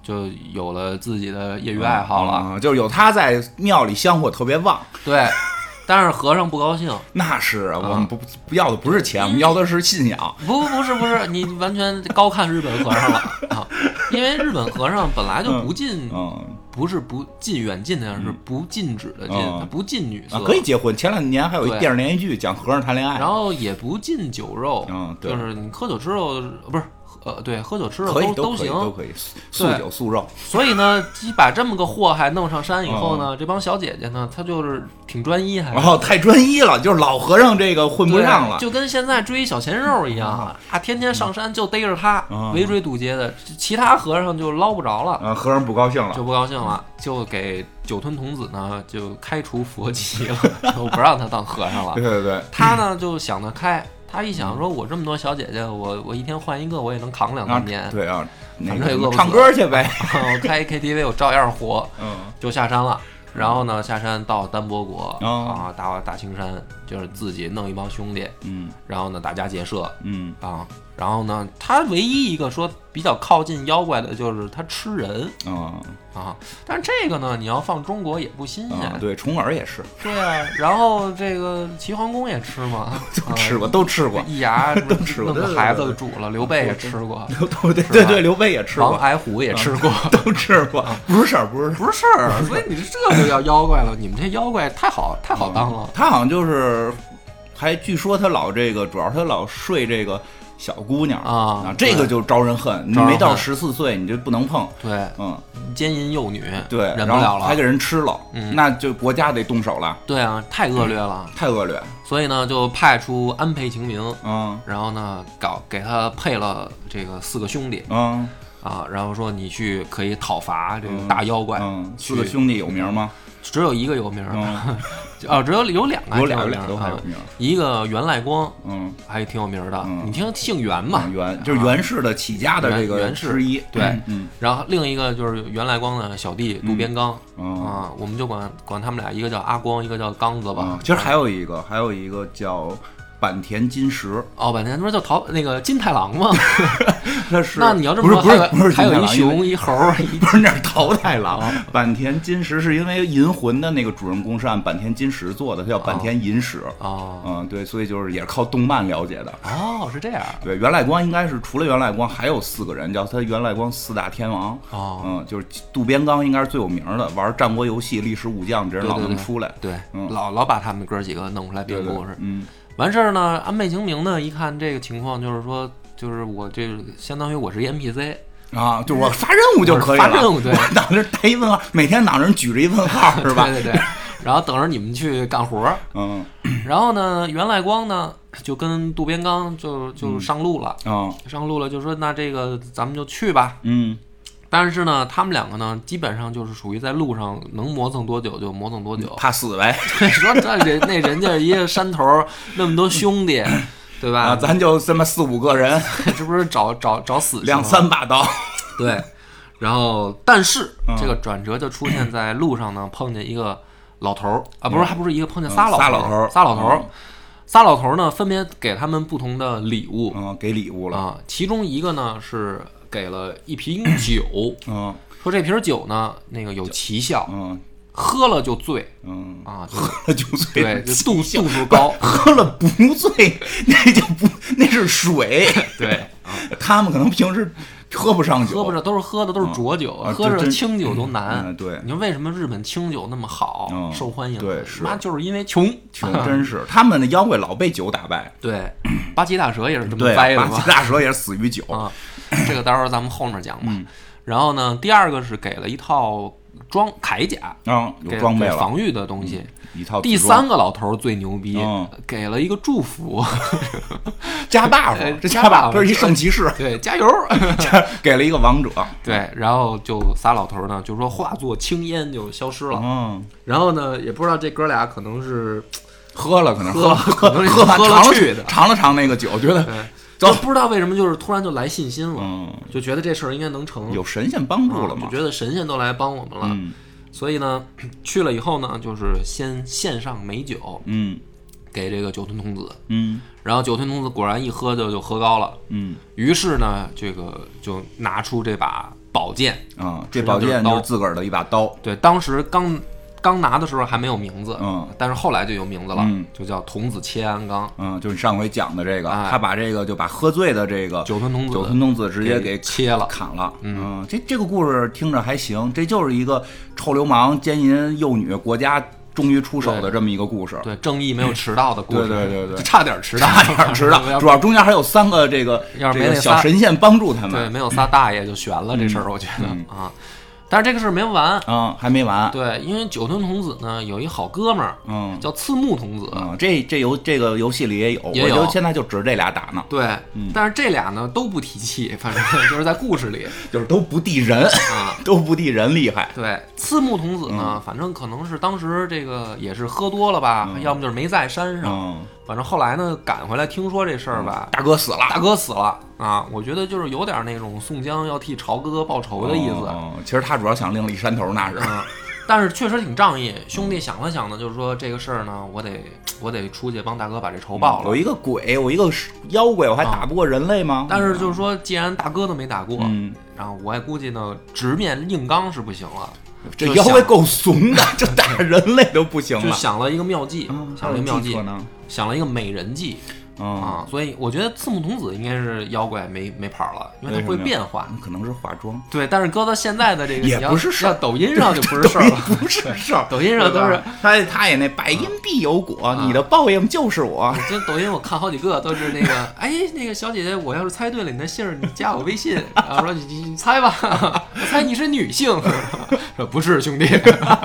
Speaker 2: 就有了自己的业余爱好了，
Speaker 1: 嗯就是有他在庙里香火特别旺。
Speaker 2: 对。但是和尚不高兴，
Speaker 1: 那是啊我们不不要的不是钱，我
Speaker 2: 嗯
Speaker 1: 们要的是信仰。
Speaker 2: 不不是不是，你完全高看日本和尚了啊！因为日本和尚本来就不近，
Speaker 1: 嗯，
Speaker 2: 不是不近远近的，是不禁止的禁，
Speaker 1: 嗯
Speaker 2: 他不近女色，
Speaker 1: 啊，可以结婚。前两年还有一
Speaker 2: 对
Speaker 1: 电视连续剧讲和尚谈恋爱，
Speaker 2: 然后也不禁酒肉，
Speaker 1: 嗯对
Speaker 2: 就是你喝酒吃肉不是。呃，对，喝酒吃肉
Speaker 1: 可以
Speaker 2: 都
Speaker 1: 都可以都
Speaker 2: 行，
Speaker 1: 可以，素素酒素肉。
Speaker 2: 所以呢，你把这么个祸害弄上山以后
Speaker 1: 嗯
Speaker 2: 呢，这帮小姐姐呢，她就是挺专一还，
Speaker 1: 然后太专一了，就是老和尚这个混啊不
Speaker 2: 对
Speaker 1: 上了。
Speaker 2: 就跟现在追小鲜肉一样啊，天天上山就逮着她，
Speaker 1: 嗯
Speaker 2: 围追堵截的，其他和尚就捞不着了，
Speaker 1: 啊，和尚不高兴了
Speaker 2: 就不高兴了，就给酒吞童子呢就开除佛籍了， 就不让他当和尚了
Speaker 1: 对。对对，
Speaker 2: 他呢就想得开，他一想说，我这么多小姐姐，我我一天换一个，我也能扛两
Speaker 1: 啊
Speaker 2: 三年。
Speaker 1: 对啊，那
Speaker 2: 反正也饿
Speaker 1: 个
Speaker 2: 不死
Speaker 1: 唱歌去 呗。
Speaker 2: 我开一 KTV，我照样活，
Speaker 1: 嗯
Speaker 2: 就下山了。然后呢，下山到丹波国、
Speaker 1: 哦
Speaker 2: 啊，大大青山，就是自己弄一帮兄弟，
Speaker 1: 嗯
Speaker 2: 然后呢打家劫舍
Speaker 1: 嗯
Speaker 2: 啊。然后呢，他唯一一个说比较靠近妖怪的就是他吃人
Speaker 1: 啊
Speaker 2: 啊，但是这个呢，你要放中国也不新鲜，
Speaker 1: 啊，对，重耳也 是
Speaker 2: 对啊。然后这个齐桓公也吃嘛，啊
Speaker 1: 吃过，都吃过，
Speaker 2: 一牙
Speaker 1: 都吃过
Speaker 2: 弄
Speaker 1: 对
Speaker 2: 个
Speaker 1: 对
Speaker 2: 孩
Speaker 1: 对
Speaker 2: 子煮 了，刘备也吃过，
Speaker 1: 都都对对对，刘备也吃
Speaker 2: 王啊
Speaker 1: 过，
Speaker 2: 矮虎也吃过，
Speaker 1: 都吃过，不是事儿，不是事儿。
Speaker 2: 不是事儿。所以你这就叫妖怪了，你们这妖怪太好太好当了。
Speaker 1: 他好像就是，还据说他老这个，主要他老睡这个小姑娘
Speaker 2: 啊
Speaker 1: 这个就招人恨。你
Speaker 2: 招人
Speaker 1: 没到
Speaker 2: 恨
Speaker 1: 十四岁，你就不能碰。
Speaker 2: 对，
Speaker 1: 嗯，
Speaker 2: 奸淫幼女，
Speaker 1: 对，
Speaker 2: 忍不
Speaker 1: 然
Speaker 2: 了
Speaker 1: 后还
Speaker 2: 了
Speaker 1: 给。人吃了，
Speaker 2: 嗯
Speaker 1: 那就国家得动手了，
Speaker 2: 对啊，太恶劣了，
Speaker 1: 太恶劣。
Speaker 2: 所以呢，就派出安倍晴明，
Speaker 1: 嗯
Speaker 2: 然后呢，搞给他配了这个四个兄弟
Speaker 1: 嗯
Speaker 2: 啊，然后说你去可以讨伐这个大妖怪，
Speaker 1: 嗯，
Speaker 2: 去
Speaker 1: 四个兄弟有名 吗？
Speaker 2: 只有一个有名儿，
Speaker 1: 嗯，
Speaker 2: 哦，只有有两个还
Speaker 1: 有
Speaker 2: 挺
Speaker 1: 俩有
Speaker 2: 名
Speaker 1: 俩
Speaker 2: 儿
Speaker 1: 都还有
Speaker 2: 啊
Speaker 1: 名。
Speaker 2: 一个源赖光
Speaker 1: 嗯，
Speaker 2: 还挺有名儿的，
Speaker 1: 嗯
Speaker 2: 你听姓源嘛，
Speaker 1: 袁就是袁氏的起家的这
Speaker 2: 袁
Speaker 1: 个
Speaker 2: 袁氏
Speaker 1: 之一。
Speaker 2: 对
Speaker 1: 嗯
Speaker 2: 然后另一个就是原来光的小弟渡边刚、
Speaker 1: 嗯
Speaker 2: 啊，我们就管管他们俩，一个叫阿光，一个叫刚子吧
Speaker 1: 啊，。其实还有一个，还有一个叫坂田金时，
Speaker 2: 哦，坂田不是叫桃那个金太郎吗？
Speaker 1: 那是
Speaker 2: 那你要这么
Speaker 1: 不是
Speaker 2: 说，
Speaker 1: 不是
Speaker 2: 还有
Speaker 1: 不是
Speaker 2: 还有
Speaker 1: 金太郎因
Speaker 2: 一
Speaker 1: 为
Speaker 2: 熊一猴 儿一
Speaker 1: 不是那是桃太郎，坂田金时是因为《银魂》的那个主人公是按坂田金时做的，他叫坂田银时。
Speaker 2: 哦
Speaker 1: 嗯，对，所以就是也是靠动漫了解的。
Speaker 2: 哦是这样
Speaker 1: 对，源赖光应该是除了源赖光还有四个人，叫他源赖光四大天王。
Speaker 2: 哦，
Speaker 1: 嗯，就是渡边刚应该是最有名的，玩战国游戏、历史武将，这人
Speaker 2: 对
Speaker 1: 老
Speaker 2: 对
Speaker 1: 能
Speaker 2: 对
Speaker 1: 出来。
Speaker 2: 对，
Speaker 1: 嗯
Speaker 2: 老老把他们哥几个弄出来
Speaker 1: 对
Speaker 2: 编
Speaker 1: 对
Speaker 2: 故事。
Speaker 1: 嗯
Speaker 2: 完事儿呢，安倍晴明呢一看这个情况，就是说就是我这相当于我是一 NPC，
Speaker 1: 啊，就我发任务就可以了，
Speaker 2: 我发任务对
Speaker 1: 我 脑袋带一问号，每天脑袋上举着一问号 是吧？
Speaker 2: 对对对，然后等着你们去干活儿。
Speaker 1: 嗯
Speaker 2: 然后呢，袁赖光呢就跟渡边刚就就上路了，
Speaker 1: 啊
Speaker 2: 上路了就说那这个咱们就去吧。
Speaker 1: 嗯
Speaker 2: 但是呢，他们两个呢基本上就是属于在路上能磨蹭多久就磨蹭 多久。
Speaker 1: 怕死呗
Speaker 2: 说这人那人家一个山头儿那么多兄弟，对吧？
Speaker 1: 啊，咱就这么四五个 人，
Speaker 2: 这不是找找找死去
Speaker 1: 两
Speaker 2: 吗
Speaker 1: 三把刀，
Speaker 2: 对，然后但是
Speaker 1: 嗯
Speaker 2: 这个转折就出现在路上呢，碰见一个老头儿啊，不是，还不是一个，碰见仨
Speaker 1: 嗯
Speaker 2: 老
Speaker 1: 仨
Speaker 2: 头
Speaker 1: 老头儿
Speaker 2: 儿，仨老头儿
Speaker 1: 嗯，
Speaker 2: 仨老头儿呢，分别给他们不同的礼物
Speaker 1: 嗯，给礼物了，
Speaker 2: 啊，其中一个呢是给了一瓶酒，
Speaker 1: 嗯
Speaker 2: 说这瓶酒呢那个有奇效，
Speaker 1: 嗯
Speaker 2: 喝了就醉
Speaker 1: 嗯，
Speaker 2: 啊，就
Speaker 1: 喝了就醉，，
Speaker 2: 对，就度度数高
Speaker 1: 喝了不醉，那就不那是 水，
Speaker 2: 对，
Speaker 1: 他们可能平时喝不上酒，
Speaker 2: 喝不上都是喝的都是浊酒，
Speaker 1: 啊
Speaker 2: 喝
Speaker 1: 这
Speaker 2: 着
Speaker 1: 真
Speaker 2: 清酒都难。
Speaker 1: 嗯对
Speaker 2: 你说为什么日本清酒那么好，
Speaker 1: 嗯
Speaker 2: 受欢迎？
Speaker 1: 对是
Speaker 2: 妈就是因为穷，
Speaker 1: 穷，真是他们的妖怪老被酒打败，
Speaker 2: 对，八岐大蛇也是这么
Speaker 1: 对，
Speaker 2: 掰的
Speaker 1: 八
Speaker 2: 嘛
Speaker 1: 岐。大嗯蛇也是死于酒，
Speaker 2: 啊，这个待会儿咱们后面讲吧。然后呢，第二个是给了一套装铠甲，
Speaker 1: 啊，有
Speaker 2: 给
Speaker 1: 装备
Speaker 2: 给
Speaker 1: 了，嗯
Speaker 2: 防御的东西。
Speaker 1: 一套
Speaker 2: 第
Speaker 1: 紫装
Speaker 2: 三个老头儿最牛逼
Speaker 1: 嗯，
Speaker 2: 给了一个祝福，
Speaker 1: 加 buff，
Speaker 2: 呃
Speaker 1: 这
Speaker 2: 加
Speaker 1: 加 buff，
Speaker 2: buff，
Speaker 1: 这是一圣骑 士，
Speaker 2: 对，加油！
Speaker 1: 加给了一个王者，
Speaker 2: 对，然后就仨老头儿呢，就说化作青烟就消失了。
Speaker 1: 嗯，
Speaker 2: 然后呢，也不知道这哥俩可能是
Speaker 1: 喝了可能
Speaker 2: 喝了
Speaker 1: 喝
Speaker 2: 可能是
Speaker 1: 喝完
Speaker 2: 喝了
Speaker 1: 尝
Speaker 2: 去的
Speaker 1: 尝了尝那个酒，觉得
Speaker 2: 对，
Speaker 1: 走
Speaker 2: 就不知道为什么就是突然就来信心了，
Speaker 1: 嗯
Speaker 2: 就觉得这事儿应该能成，
Speaker 1: 有神仙帮助了
Speaker 2: 啊
Speaker 1: 嘛
Speaker 2: 就，觉得神仙都来帮我们了。
Speaker 1: 嗯
Speaker 2: 所以呢， 去了以后呢，就是先献上美酒
Speaker 1: 嗯
Speaker 2: 给这个酒吞童子，
Speaker 1: 嗯
Speaker 2: 然后酒吞童子果然一喝就就喝高了，
Speaker 1: 嗯
Speaker 2: 于是呢，这个就拿出这把宝剑，
Speaker 1: 啊，这
Speaker 2: 实
Speaker 1: 宝
Speaker 2: 际上就是
Speaker 1: 剑就
Speaker 2: 刀
Speaker 1: 是自个儿的一把刀，
Speaker 2: 对，当时刚刚拿的时候还没有名字，
Speaker 1: 嗯
Speaker 2: 但是后来就有名字了，
Speaker 1: 嗯
Speaker 2: 就叫童子切安纲，
Speaker 1: 嗯，就是上回讲的这个，
Speaker 2: 哎
Speaker 1: 他把这个就把喝醉的这个
Speaker 2: 酒吞童子
Speaker 1: 酒吞童子直接
Speaker 2: 给
Speaker 1: 给
Speaker 2: 切了
Speaker 1: 砍了。嗯，这这个故事听着还行，这就是一个臭流氓奸淫幼女，国家终于出手的这么一个故事。
Speaker 2: 对，正义没有迟到的故 事，
Speaker 1: 对对对对
Speaker 2: 就差点迟 到，
Speaker 1: 差点迟
Speaker 2: 要
Speaker 1: 到，
Speaker 2: 不
Speaker 1: 主要中间还有三个这个
Speaker 2: 要是
Speaker 1: 这
Speaker 2: 没
Speaker 1: 个
Speaker 2: 那
Speaker 1: 小
Speaker 2: 仨
Speaker 1: 神仙帮助他
Speaker 2: 对，
Speaker 1: 们
Speaker 2: 没有仨大爷就悬了这事
Speaker 1: 嗯
Speaker 2: 儿，我觉得、啊，但是这个事儿没完，
Speaker 1: 啊，还没完。
Speaker 2: 对，因为酒吞童子呢有一好哥们儿
Speaker 1: 嗯
Speaker 2: 叫刺木童子，
Speaker 1: 嗯，这这游这个游戏里也有，
Speaker 2: 也有
Speaker 1: 我就现在就指着这俩打呢，
Speaker 2: 对，
Speaker 1: 嗯
Speaker 2: 但是这俩呢都不提气，反正就是在故事里
Speaker 1: 就是都不敌人，
Speaker 2: 啊。
Speaker 1: 都不敌人厉害。
Speaker 2: 对，刺木童子
Speaker 1: 嗯
Speaker 2: 呢，反正可能是当时这个也是喝多了吧，要么就是没在山上，
Speaker 1: 嗯，
Speaker 2: 反正后来呢赶回来，听说这事儿吧，
Speaker 1: 大哥死了，
Speaker 2: 大哥死了啊，我觉得就是有点那种宋江要替朝哥哥报仇的意思，
Speaker 1: 哦哦其实他主要想另立山头， 那是。
Speaker 2: 啊，但是确实挺仗义。兄弟想了想呢，就是说这个事儿呢，我得我得出去帮大哥把这仇报了。啊
Speaker 1: 我一个鬼，我一个妖怪，我还打不过人类吗？
Speaker 2: 但是就是说，既然大哥都没打过，
Speaker 1: 嗯，
Speaker 2: 然后我也估计呢，直面硬刚是不行了，
Speaker 1: 这
Speaker 2: 就
Speaker 1: 妖怪
Speaker 2: 想
Speaker 1: 够怂 的，这打人类都不行
Speaker 2: 就
Speaker 1: 了。
Speaker 2: 想了一个妙计，想了一个妙
Speaker 1: 技
Speaker 2: 计
Speaker 1: 术，呢？
Speaker 2: 想了一个美人计
Speaker 1: 啊，
Speaker 2: 啊。所以我觉得刺木童子应该是妖怪没没跑了，因为
Speaker 1: 为
Speaker 2: 它
Speaker 1: 什
Speaker 2: 会
Speaker 1: 么呀
Speaker 2: 变化。
Speaker 1: 可能是化妆，
Speaker 2: 对，但是搁到现在的这个，
Speaker 1: 也
Speaker 2: 你要
Speaker 1: 不是事儿
Speaker 2: 要抖音上就不是事儿 了，
Speaker 1: 不是事儿。
Speaker 2: 抖音上都是啊
Speaker 1: 对吧他，他也那百因必有果，你的报应就是我。
Speaker 2: 我这抖音我看好几个都是那个，哎，那个小姐姐，我要是猜对了你的姓儿，你加我微信，然后说你你你猜吧， 我猜你是女性， 说不是兄弟，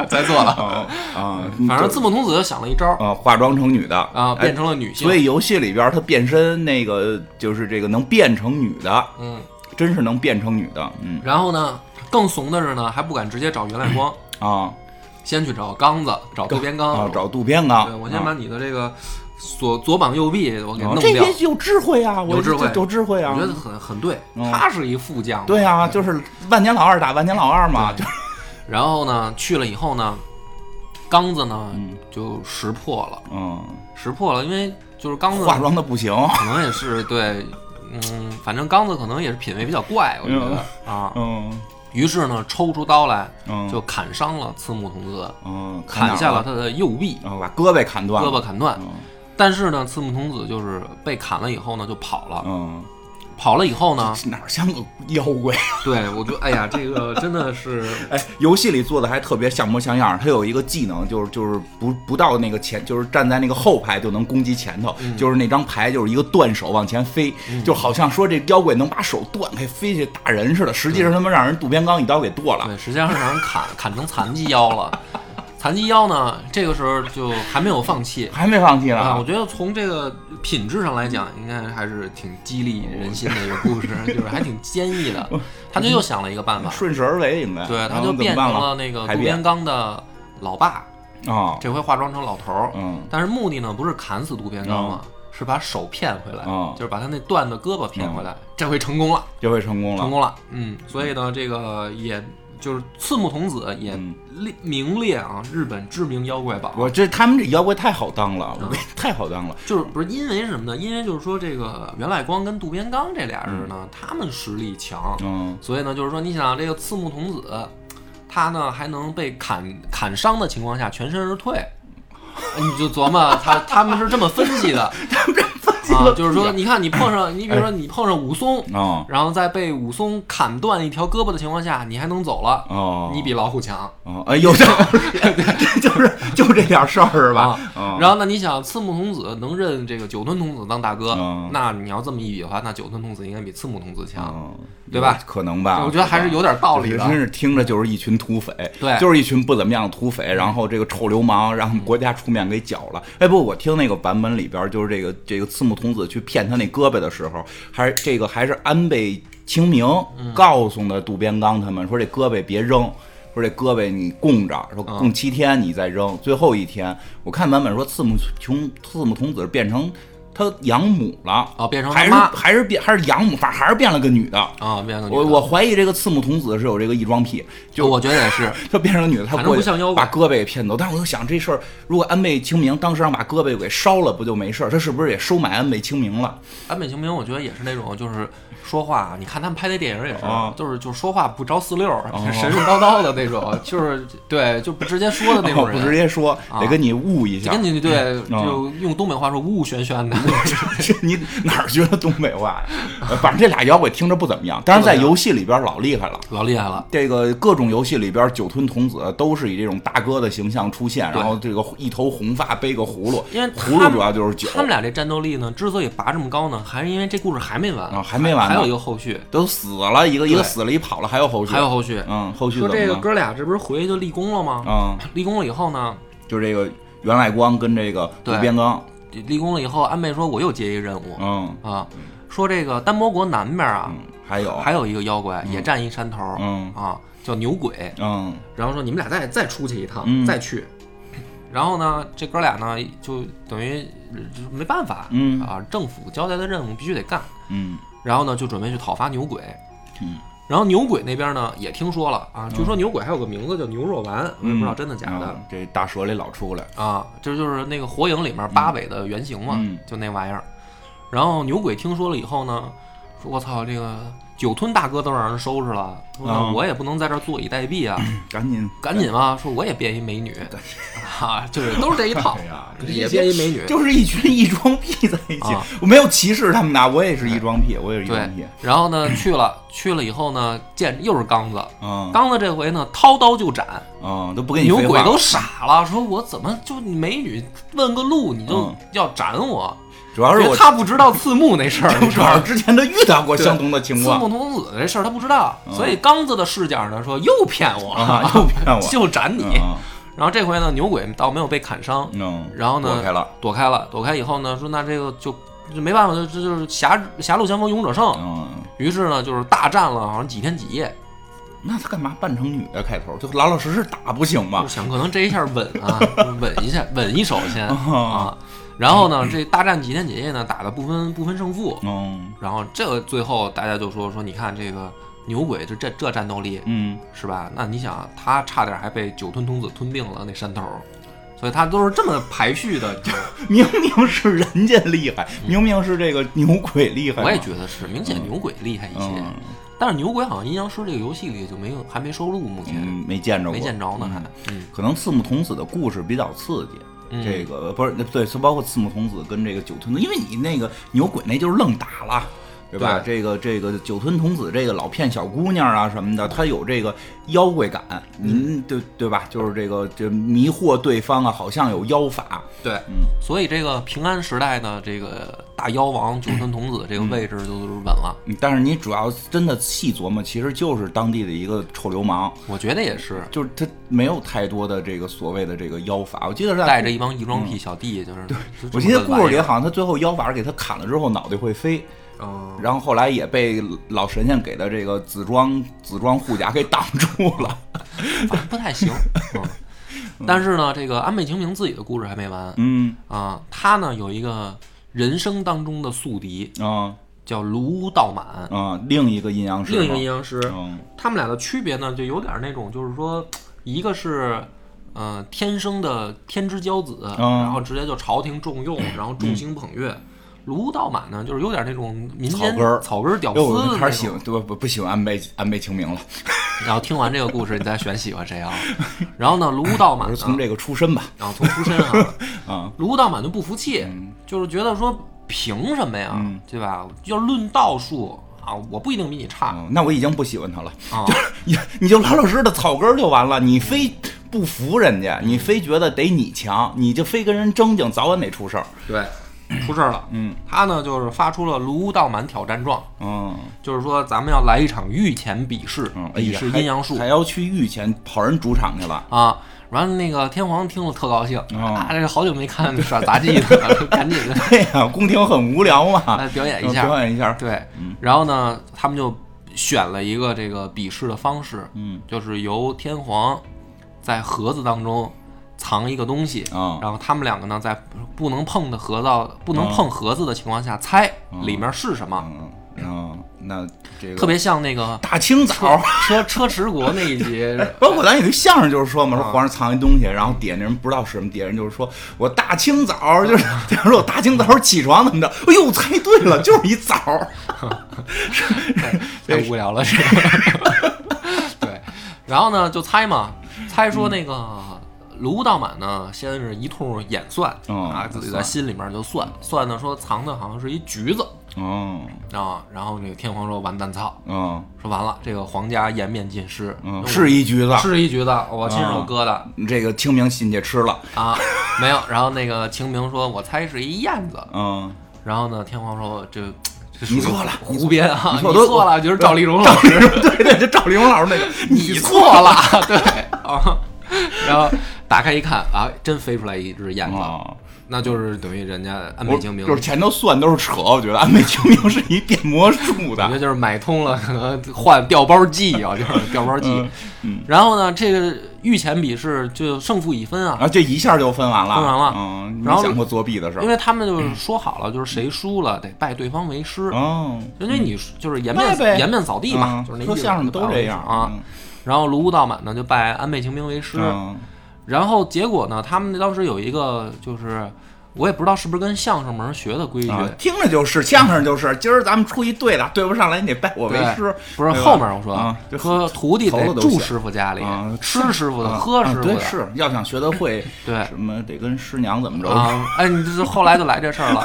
Speaker 2: 猜错了。
Speaker 1: 啊 啊，
Speaker 2: 反正
Speaker 1: 就
Speaker 2: 字幕童子想了一招
Speaker 1: 啊，化妆成女的
Speaker 2: 啊，
Speaker 1: 哎
Speaker 2: 变成了女性，
Speaker 1: 所以游戏里边他变身那个就是这个能变成女的，
Speaker 2: 嗯，
Speaker 1: 真是能变成女的，嗯
Speaker 2: 然后呢，更怂的是呢，还不敢直接找袁赖光，
Speaker 1: 啊
Speaker 2: 先去找刚子，找渡边刚
Speaker 1: 啊，，找渡边刚
Speaker 2: 对，我
Speaker 1: 啊
Speaker 2: 先把你的这个左左膀右臂我给
Speaker 1: 哦
Speaker 2: 弄
Speaker 1: 这
Speaker 2: 掉，
Speaker 1: 些有智慧啊，我
Speaker 2: 有智慧
Speaker 1: 这有智慧
Speaker 2: 我
Speaker 1: 啊
Speaker 2: 觉。得很很对，
Speaker 1: 嗯
Speaker 2: 他是一副将，
Speaker 1: 对啊，就是万年老二打万年老二嘛，就
Speaker 2: 然后呢，去了以后呢，刚子呢、就识破了，
Speaker 1: 嗯，
Speaker 2: 识破了，因为就是刚子
Speaker 1: 化妆的不行，
Speaker 2: 可能也是对，嗯，反正刚子可能也是品味比较怪，我觉得、啊。
Speaker 1: 嗯
Speaker 2: 于是呢，抽出刀来
Speaker 1: 嗯，
Speaker 2: 就砍伤了刺木童子，
Speaker 1: 嗯
Speaker 2: 砍下
Speaker 1: 哪儿
Speaker 2: 了嗯
Speaker 1: 了，
Speaker 2: 他的右臂，
Speaker 1: 然后把胳膊砍断
Speaker 2: 胳
Speaker 1: 了，
Speaker 2: 膊砍断。
Speaker 1: 嗯
Speaker 2: 但是呢，刺木童子就是被砍了以后呢，就跑了。
Speaker 1: 嗯
Speaker 2: 跑了以后呢，
Speaker 1: 哪儿像个妖怪？
Speaker 2: 对我就哎呀，这个真的是
Speaker 1: 哎，游戏里做的还特别像模像样儿。他有一个技能，就是就是不不到那个前，就是站在那个后排就能攻击前头，
Speaker 2: 嗯
Speaker 1: 就是那张牌就是一个断手往前飞，就好像说这妖怪能把手断开飞去打人似的，实际上他妈让人渡边刚一刀给剁了。
Speaker 2: 对，实际上是让人砍砍成残疾腰 了。残疾腰呢，这个时候就还没有放弃
Speaker 1: 还没放弃呢，
Speaker 2: 啊。我觉得从这个品质上来讲，应该还是挺激励人心的一个故 事，就是还挺坚毅 的。他就又想了一个办法，
Speaker 1: 顺势而为应该。
Speaker 2: 对，
Speaker 1: 然
Speaker 2: 他
Speaker 1: 后
Speaker 2: 就
Speaker 1: 怎么
Speaker 2: 变
Speaker 1: 办
Speaker 2: 成
Speaker 1: 了
Speaker 2: 了那个
Speaker 1: 还
Speaker 2: 渡
Speaker 1: 变
Speaker 2: 边刚的老爸，
Speaker 1: 啊，
Speaker 2: 这回化妆成老头儿。
Speaker 1: 嗯
Speaker 2: 但是目的呢，不是砍死渡边刚了，是把手骗回来，
Speaker 1: 嗯
Speaker 2: 就是把他那断的胳膊骗回来。这回成功了，
Speaker 1: 这回成功
Speaker 2: 成
Speaker 1: 了。
Speaker 2: 功了。嗯，所以呢，这个也就是刺木童子也
Speaker 1: 嗯
Speaker 2: 列名列啊日本知名妖怪榜。
Speaker 1: 我这他们这妖怪太好当
Speaker 2: 嗯
Speaker 1: 了，我跟你太好当了。
Speaker 2: 就是不是因为什么呢？因为就是说这个袁赖光跟渡边刚这俩人呢，他们实力强，
Speaker 1: 嗯
Speaker 2: 所以呢，就是说你想这个刺木童子，他呢还能被砍砍伤的情况下全身而退，你就琢磨他他们是这么分 析的，啊，就是
Speaker 1: 哎
Speaker 2: 说你看你碰上你比如说你碰上武松，
Speaker 1: 哦
Speaker 2: 然后在被武松砍断一条胳膊的情况下，你还能走了，
Speaker 1: 哦，
Speaker 2: 你比老虎强。
Speaker 1: 哦哎有道 理，这 就是就这点事儿吧？
Speaker 2: 啊
Speaker 1: 嗯
Speaker 2: 然后呢，你想刺木童子能认这个九吞童子当大哥
Speaker 1: 嗯，
Speaker 2: 那你要这么一比的话，那九吞童子应该比刺木童子强。
Speaker 1: 嗯
Speaker 2: 对吧
Speaker 1: 可能吧，
Speaker 2: 我觉得还是有点道理的
Speaker 1: 真哦是听着就是一群土匪，
Speaker 2: 对
Speaker 1: 就是一群不怎么样的土匪，然后这个臭流氓，然后国家出面给剿了。哎，不，我听那个版本里边，就是这个这个刺木童子去骗他那胳膊的时候，还这个还是安倍晴明
Speaker 2: 嗯
Speaker 1: 告诉的渡边刚他们说这胳膊别扔。说这胳膊你供着，说
Speaker 2: 嗯
Speaker 1: 供七天你再扔，最后一天我看版本说刺木琼刺木童子变成他养母了，
Speaker 2: 哦变成他
Speaker 1: 还是
Speaker 2: 妈
Speaker 1: 还是变还是养母，反正还是变了个女的，
Speaker 2: 啊，变个女的
Speaker 1: 我我怀疑这个刺木童子是有这个异装癖，就
Speaker 2: 我觉得也是，
Speaker 1: 她变成个女的，她
Speaker 2: 反正
Speaker 1: 过
Speaker 2: 不
Speaker 1: 去
Speaker 2: 像妖怪
Speaker 1: 把胳膊给骗走。但是我又想这事儿，如果安倍晴明当时让把胳膊给烧了，不就没事儿？他是不是也收买安倍晴明了？
Speaker 2: 安倍晴明，我觉得也是那种，就是说话，啊你看他们拍那电影也是，
Speaker 1: 啊
Speaker 2: 就是就是说话不着四六，
Speaker 1: 哦
Speaker 2: 神神叨叨的那种，就是对，就不直接说的那啊种
Speaker 1: 哦不直
Speaker 2: 人。
Speaker 1: 接说，得跟你悟一
Speaker 2: 就
Speaker 1: 下。
Speaker 2: 跟你对，
Speaker 1: 嗯
Speaker 2: 就用东北话说呜呜旋旋的，
Speaker 1: 这你哪儿学的东北话呀？呃反正这俩妖怪听着不怎么样，但是在游戏里边老厉害了。
Speaker 2: 老厉害了。
Speaker 1: 这个各种游戏里边，酒吞童子都是以这种大哥的形象出现，
Speaker 2: 对
Speaker 1: 然后这个一头红发背个葫芦，
Speaker 2: 因为他
Speaker 1: 葫芦主要就是酒，
Speaker 2: 他们俩这战斗力呢，之所以拔这么高呢，还是因为这故事还没完
Speaker 1: 啊还没完呢
Speaker 2: 还有一个后续，
Speaker 1: 都死了一个一个死了，一跑了，还有后续，
Speaker 2: 还有后续。
Speaker 1: 嗯，后续
Speaker 2: 说
Speaker 1: 怎么
Speaker 2: 这个
Speaker 1: 了？
Speaker 2: 哥俩这不是回去就立功了吗？
Speaker 1: 嗯，
Speaker 2: 立功了以后呢，
Speaker 1: 就这个袁赖光跟这个渡
Speaker 2: 对
Speaker 1: 边刚，
Speaker 2: 立功了以后，安倍说我又接一任务
Speaker 1: 嗯
Speaker 2: 啊，说这个丹波国南面啊，
Speaker 1: 嗯，还有
Speaker 2: 还有一个妖怪也站一山头儿，
Speaker 1: 嗯
Speaker 2: 啊，叫牛鬼。
Speaker 1: 嗯
Speaker 2: 然后说你们俩再再出去一趟，
Speaker 1: 嗯
Speaker 2: 再去。然后呢，这哥俩呢就等于呃就没办法，
Speaker 1: 嗯
Speaker 2: 啊，政府交代的任务必须得干。
Speaker 1: 嗯
Speaker 2: 然后呢，就准备去讨伐牛鬼。
Speaker 1: 嗯，
Speaker 2: 然后牛鬼那边呢也听说了啊，据说牛鬼还有个名字叫牛肉丸，我也不知道真的假的。
Speaker 1: 嗯这大蛇里老出来，
Speaker 2: 啊，这就是那个火影里面八尾的原型嘛，
Speaker 1: 嗯
Speaker 2: 就那玩意儿。然后牛鬼听说了以后呢，说我操，这个九吞大哥都让人收拾了，说那
Speaker 1: 啊
Speaker 2: 我也不能在这儿坐以待 毙啊，
Speaker 1: 赶紧
Speaker 2: 赶紧吧，说我也变一美女，啊，就是都是这一套，
Speaker 1: 哎呀
Speaker 2: 也变一美女。
Speaker 1: 就是一群异装癖在一起
Speaker 2: 啊，
Speaker 1: 我没有歧视他们呐，我也是异装癖，我也是异
Speaker 2: 对
Speaker 1: 装癖，，
Speaker 2: 然后呢，去了去了以后呢，见又是刚子，
Speaker 1: 嗯
Speaker 2: 刚子这回呢掏刀就斩，
Speaker 1: 嗯，都不跟你
Speaker 2: 牛
Speaker 1: 废
Speaker 2: 鬼
Speaker 1: 话
Speaker 2: 都傻了，说我怎么就你美女问个路你就
Speaker 1: 嗯
Speaker 2: 要斩我？
Speaker 1: 主要是
Speaker 2: 觉得
Speaker 1: 我
Speaker 2: 他不知道刺木 那事儿，你知
Speaker 1: 主
Speaker 2: 道
Speaker 1: 要
Speaker 2: 吗
Speaker 1: 是之前他遇到过相同的情
Speaker 2: 刺
Speaker 1: 况
Speaker 2: 木童子这事儿他不知道，所以刚子的视角呢说又骗我，
Speaker 1: 啊，又骗我，
Speaker 2: 就斩你。
Speaker 1: 嗯
Speaker 2: 然后这回呢，牛鬼倒没有被砍伤，
Speaker 1: 嗯，
Speaker 2: 然后呢
Speaker 1: 躲开了，
Speaker 2: 躲开了。躲开以后呢，说那这个就就没办法，就这就是狭狭路相逢勇者胜。
Speaker 1: 嗯。
Speaker 2: 于是呢，就是大战了，好像几天几夜。
Speaker 1: 那他干嘛扮成女的开头？就老老实实打不行
Speaker 2: 我
Speaker 1: 吗？
Speaker 2: 想可能这一下稳 啊，稳一下，稳一手先
Speaker 1: 嗯
Speaker 2: 啊。然后呢，这大战几天几夜呢，打的不分不分胜负。
Speaker 1: 嗯
Speaker 2: 然后这个最后大家就说说，你看这个牛鬼这这这战斗力，
Speaker 1: 嗯，
Speaker 2: 是吧？那你想，他差点还被酒吞童子吞并了那山头儿，所以他都是这么排序的。 你知道吗
Speaker 1: 明明是人家厉害，明明是这个牛鬼厉害嘛。
Speaker 2: 嗯我也觉得是，明显牛鬼厉害一些。
Speaker 1: 嗯
Speaker 2: 但是牛鬼好像阴阳师这个游戏里就没有，还没收录，目前、
Speaker 1: 嗯，没见着过，
Speaker 2: 没见着呢，还。嗯
Speaker 1: 可能刺木童子的故事比较刺激。
Speaker 2: 嗯
Speaker 1: 这个不是对，包括刺木童子跟这个九吞子，因为你那个牛鬼那就是愣打了，对吧？这个这个酒吞童子这个老骗小姑娘啊什么的，他有这个妖怪感，
Speaker 2: 嗯
Speaker 1: 您、对对吧？就是这个这迷惑对方啊，好像有妖法，
Speaker 2: 对，
Speaker 1: 嗯
Speaker 2: 所以这个平安时代呢，这个大妖王九吞童子这个位置就是稳了。
Speaker 1: 嗯但是你主要真的细琢磨，其实就是当地的一个臭流氓，
Speaker 2: 我觉得也是
Speaker 1: 就是他没有太多的这个所谓的这个妖法。我记得是在嗯
Speaker 2: 带着一帮异装癖小弟，就是就这么
Speaker 1: 我记得
Speaker 2: 个
Speaker 1: 故事里
Speaker 2: 玩意儿，
Speaker 1: 好像他最后妖法给他砍了之后脑袋会飞，
Speaker 2: 嗯，
Speaker 1: 然后后来也被老神仙给的这个紫装紫装护甲给挡住了。
Speaker 2: 反 正不 太行。嗯，但是呢，这个安倍晴明自己的故事还没完
Speaker 1: 嗯
Speaker 2: 啊，他呢有一个人生当中的宿敌
Speaker 1: 啊
Speaker 2: 叫卢道满，
Speaker 1: 啊，另一个阴阳师吗，
Speaker 2: 另一个阴阳师。
Speaker 1: 嗯
Speaker 2: 他们俩的区别呢，就有点那种，就是说，一个是，呃，天生的天之骄子，
Speaker 1: 嗯
Speaker 2: 然后直接就朝廷重用，然后众星捧月。卢道满呢，就是有点那种民间
Speaker 1: 草根儿
Speaker 2: 草根儿屌丝
Speaker 1: 哎我
Speaker 2: 的
Speaker 1: 开
Speaker 2: 那
Speaker 1: 始喜
Speaker 2: 种。
Speaker 1: 欢，对不不不喜欢安倍安倍晴明了，
Speaker 2: 然后听完这个故事，你再选喜欢谁啊？然后呢，卢道
Speaker 1: 我
Speaker 2: 满
Speaker 1: 是
Speaker 2: 呢，
Speaker 1: 从这个出身吧。
Speaker 2: 然后从出身啊，
Speaker 1: 啊，嗯
Speaker 2: 卢道满就不服气，就是觉得说凭什么呀，对吧？要论道术啊，我不一定比你差
Speaker 1: 嗯那我已经不喜欢他了。
Speaker 2: 啊。
Speaker 1: 你你就老老实实的草根儿就完了，你非不服人家，你非觉得得你强，你就非跟人争竞，早晚得出事儿。
Speaker 2: 对，出事儿了。嗯，他呢就是发出了卢道满挑战状，
Speaker 1: 嗯
Speaker 2: 就是说咱们要来一场御前比试，
Speaker 1: 嗯，哎
Speaker 2: 比
Speaker 1: 呀
Speaker 2: 试
Speaker 1: 还
Speaker 2: 阴阳术
Speaker 1: 还要去御前跑人主场去 了。
Speaker 2: 啊。完了，那个天皇听了特高兴，
Speaker 1: 哦
Speaker 2: 啊，这个好久没看 耍杂技了，赶紧的
Speaker 1: 对哎呀，宫廷很无聊 嘛， 嗯
Speaker 2: 来表演一
Speaker 1: 表
Speaker 2: 下。
Speaker 1: 演一下。
Speaker 2: 对，
Speaker 1: 嗯
Speaker 2: 然后呢，他们就选了一个这个比试的方式，
Speaker 1: 嗯，
Speaker 2: 就是由天皇在盒子当中藏一个东西，
Speaker 1: 啊
Speaker 2: 然后他们两个呢在不能碰的盒子、不能
Speaker 1: 啊
Speaker 2: 碰盒子的情况下猜里面是什么，
Speaker 1: 嗯嗯，那这
Speaker 2: 特
Speaker 1: 个
Speaker 2: 别像那个
Speaker 1: 大清
Speaker 2: 车
Speaker 1: 早。
Speaker 2: 车车迟国那一集，
Speaker 1: 包括咱有一相声就是说嘛，
Speaker 2: 啊
Speaker 1: 说皇上藏一东西，然后底下那人不知道是什么，底下人就是说我大清早就是，
Speaker 2: 啊
Speaker 1: 就是说我大清早起床怎么着？哎呦，猜对了，就是一枣儿。哎
Speaker 2: 太无聊了，是吧？ 对，然后呢就猜嘛，猜说那个卢道满呢，先是一通演算、
Speaker 1: 嗯
Speaker 2: 啊，自己在心里面就算算呢，说藏的好像是一橘子
Speaker 1: 哦，
Speaker 2: 啊，然后那个天皇说完蛋操，
Speaker 1: 嗯
Speaker 2: 说完了，这个皇家颜面尽失，
Speaker 1: 嗯，
Speaker 2: 我
Speaker 1: 是一橘子，
Speaker 2: 哦
Speaker 1: 嗯
Speaker 2: 是一橘子，我亲手割的。
Speaker 1: 这个清明进去吃了。
Speaker 2: 啊， 没有。然后那个秦明说：“我猜是一燕子。
Speaker 1: 嗯，”
Speaker 2: 然后呢，天皇说：“这这
Speaker 1: 你错了
Speaker 2: 湖边
Speaker 1: 你
Speaker 2: 啊，你
Speaker 1: 错都
Speaker 2: 错了，就是赵丽蓉老师。”
Speaker 1: 对对，这赵丽蓉老师那个，
Speaker 2: 你错了， 对啊。然后打开一看啊，真飞出来一只燕子，
Speaker 1: 啊，
Speaker 2: 那就是等于人家安倍
Speaker 1: 我
Speaker 2: 晴明，
Speaker 1: 就是前头算都是扯，我觉得安倍晴明是一变魔术
Speaker 2: 我觉
Speaker 1: 的。
Speaker 2: 得就是买通了，可能换调包 计啊，就是调包计。
Speaker 1: 嗯
Speaker 2: 然后呢，这个御前比试就胜负已分啊，
Speaker 1: 然后这一下就分完了，
Speaker 2: 分完了
Speaker 1: 嗯，没
Speaker 2: 然后
Speaker 1: 想过作弊的事
Speaker 2: 因
Speaker 1: 儿。
Speaker 2: 为他们就是说好
Speaker 1: 嗯
Speaker 2: 了，就是谁输了得拜对方为师，
Speaker 1: 哦，
Speaker 2: 因为你就是颜
Speaker 1: 拜呗
Speaker 2: 面颜面扫地嘛，
Speaker 1: 嗯
Speaker 2: 就是那意
Speaker 1: 说
Speaker 2: 思
Speaker 1: 相声都这样
Speaker 2: 啊。然后卢武道满呢就拜安倍晴明为师，
Speaker 1: 嗯
Speaker 2: 然后结果呢，他们当时有一个就是，我也不知道是不是跟相声门学的规矩，
Speaker 1: 啊，听着就是相声，就是今儿咱们出一对的，对不上来你得拜我为
Speaker 2: 对
Speaker 1: 师，嗯
Speaker 2: 不是
Speaker 1: 对吧
Speaker 2: 后面我说，
Speaker 1: 啊对
Speaker 2: 说徒弟
Speaker 1: 头了
Speaker 2: 得
Speaker 1: 都
Speaker 2: 住
Speaker 1: 想
Speaker 2: 师傅家里，
Speaker 1: 啊
Speaker 2: 吃师傅的，
Speaker 1: 啊
Speaker 2: 喝
Speaker 1: 啊
Speaker 2: 师傅
Speaker 1: 对
Speaker 2: 的，
Speaker 1: 是要想学得会，
Speaker 2: 对
Speaker 1: 什么得跟师娘怎么着，
Speaker 2: 啊，哎，你这后来就来这事儿 了，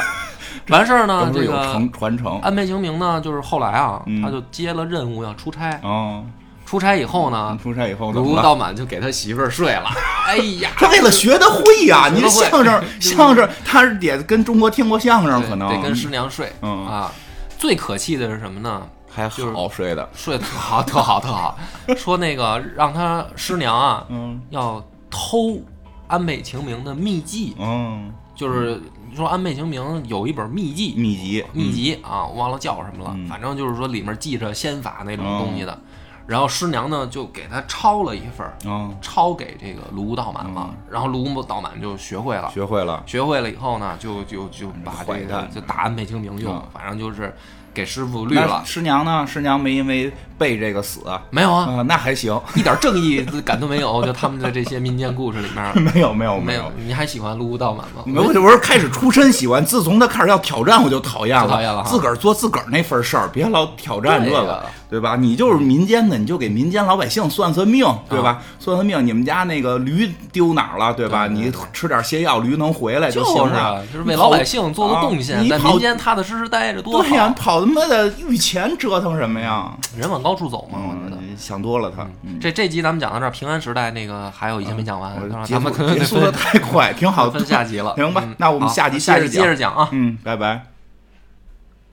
Speaker 2: 完事
Speaker 1: 都
Speaker 2: 儿呢，
Speaker 1: 不
Speaker 2: 这
Speaker 1: 是有
Speaker 2: 个啊
Speaker 1: 传传承
Speaker 2: 安倍晴明呢，就是后来啊，
Speaker 1: 嗯
Speaker 2: 他就接了任务要出差，
Speaker 1: 哦。
Speaker 2: 出差以后
Speaker 1: 你
Speaker 2: 呢，
Speaker 1: 出差以后嗯怎
Speaker 2: 卢
Speaker 1: 么了？
Speaker 2: 啊道满就给他媳妇儿 睡了，哎呀，
Speaker 1: 他为了学得会呀、
Speaker 2: 学
Speaker 1: 你
Speaker 2: 得
Speaker 1: 这
Speaker 2: 会
Speaker 1: 相 声相声，他是也跟中国听过相声，
Speaker 2: 对
Speaker 1: 可能
Speaker 2: 得跟师娘睡
Speaker 1: 嗯
Speaker 2: 啊。最可气的是什么呢？
Speaker 1: 还
Speaker 2: 就是
Speaker 1: 好睡的，
Speaker 2: 睡得特好，特好，特好。说那个让他师娘啊，
Speaker 1: 嗯
Speaker 2: 要偷安倍晴明的秘籍，
Speaker 1: 嗯，
Speaker 2: 就是说安倍晴明有一本秘籍，
Speaker 1: 秘籍
Speaker 2: 秘籍啊，我忘了叫什么
Speaker 1: 嗯
Speaker 2: 了，反正就是说里面记着仙法那种
Speaker 1: 哦
Speaker 2: 东西的。然后师娘呢就给他抄了一份儿，
Speaker 1: 嗯，
Speaker 2: 抄给这个卢武道满了，然后卢武道满就学会了。
Speaker 1: 哦学会了，
Speaker 2: 学会了以后呢，就就就把
Speaker 1: 坏
Speaker 2: 这个
Speaker 1: 蛋
Speaker 2: 就打安倍晴明用
Speaker 1: 嗯，
Speaker 2: 反正就是给师傅绿
Speaker 1: 那
Speaker 2: 了。
Speaker 1: 师娘呢？师娘没因为背这个死啊、
Speaker 2: 没有啊，
Speaker 1: 那还行。
Speaker 2: 一点正义感都没有。就他们的这些民间故事里 面，
Speaker 1: 没有没有
Speaker 2: 没
Speaker 1: 有，，
Speaker 2: 你还喜欢卢武道满吗？
Speaker 1: 没有我就我是开始出身喜欢，自从他开始要挑战，我就讨厌了，
Speaker 2: 就讨厌了哈
Speaker 1: 自个儿做自个儿那份事儿，别老挑战这
Speaker 2: 对呀
Speaker 1: 个，对吧？你就是民间的，你就给民间老百姓算算命，对吧？算算命，你们家那个驴丢哪儿了，对吧？
Speaker 2: 啊对对
Speaker 1: 你吃点泻药，驴能回来
Speaker 2: 就是
Speaker 1: 行
Speaker 2: 啊
Speaker 1: 了，，
Speaker 2: 就是为老百姓做做贡
Speaker 1: 啊
Speaker 2: 献，
Speaker 1: 你
Speaker 2: 在
Speaker 1: 跑
Speaker 2: 民间踏踏实实待着多
Speaker 1: 对呀，
Speaker 2: 好
Speaker 1: 你。跑
Speaker 2: 啊
Speaker 1: 他妈的御前折腾什么呀？
Speaker 2: 人往高处走嘛，我觉得。
Speaker 1: 嗯，想多了他。嗯
Speaker 2: 这这集咱们讲到这儿，平安时代那个还有一些没讲完，
Speaker 1: 我
Speaker 2: 然后
Speaker 1: 结
Speaker 2: 咱们可能
Speaker 1: 束结束
Speaker 2: 得
Speaker 1: 的
Speaker 2: 分
Speaker 1: 太快，挺好的。
Speaker 2: 分下集了。
Speaker 1: 行吧
Speaker 2: 嗯
Speaker 1: 那我们
Speaker 2: 好
Speaker 1: 下集
Speaker 2: 下
Speaker 1: 接着
Speaker 2: 集接着讲啊。
Speaker 1: 嗯，拜拜。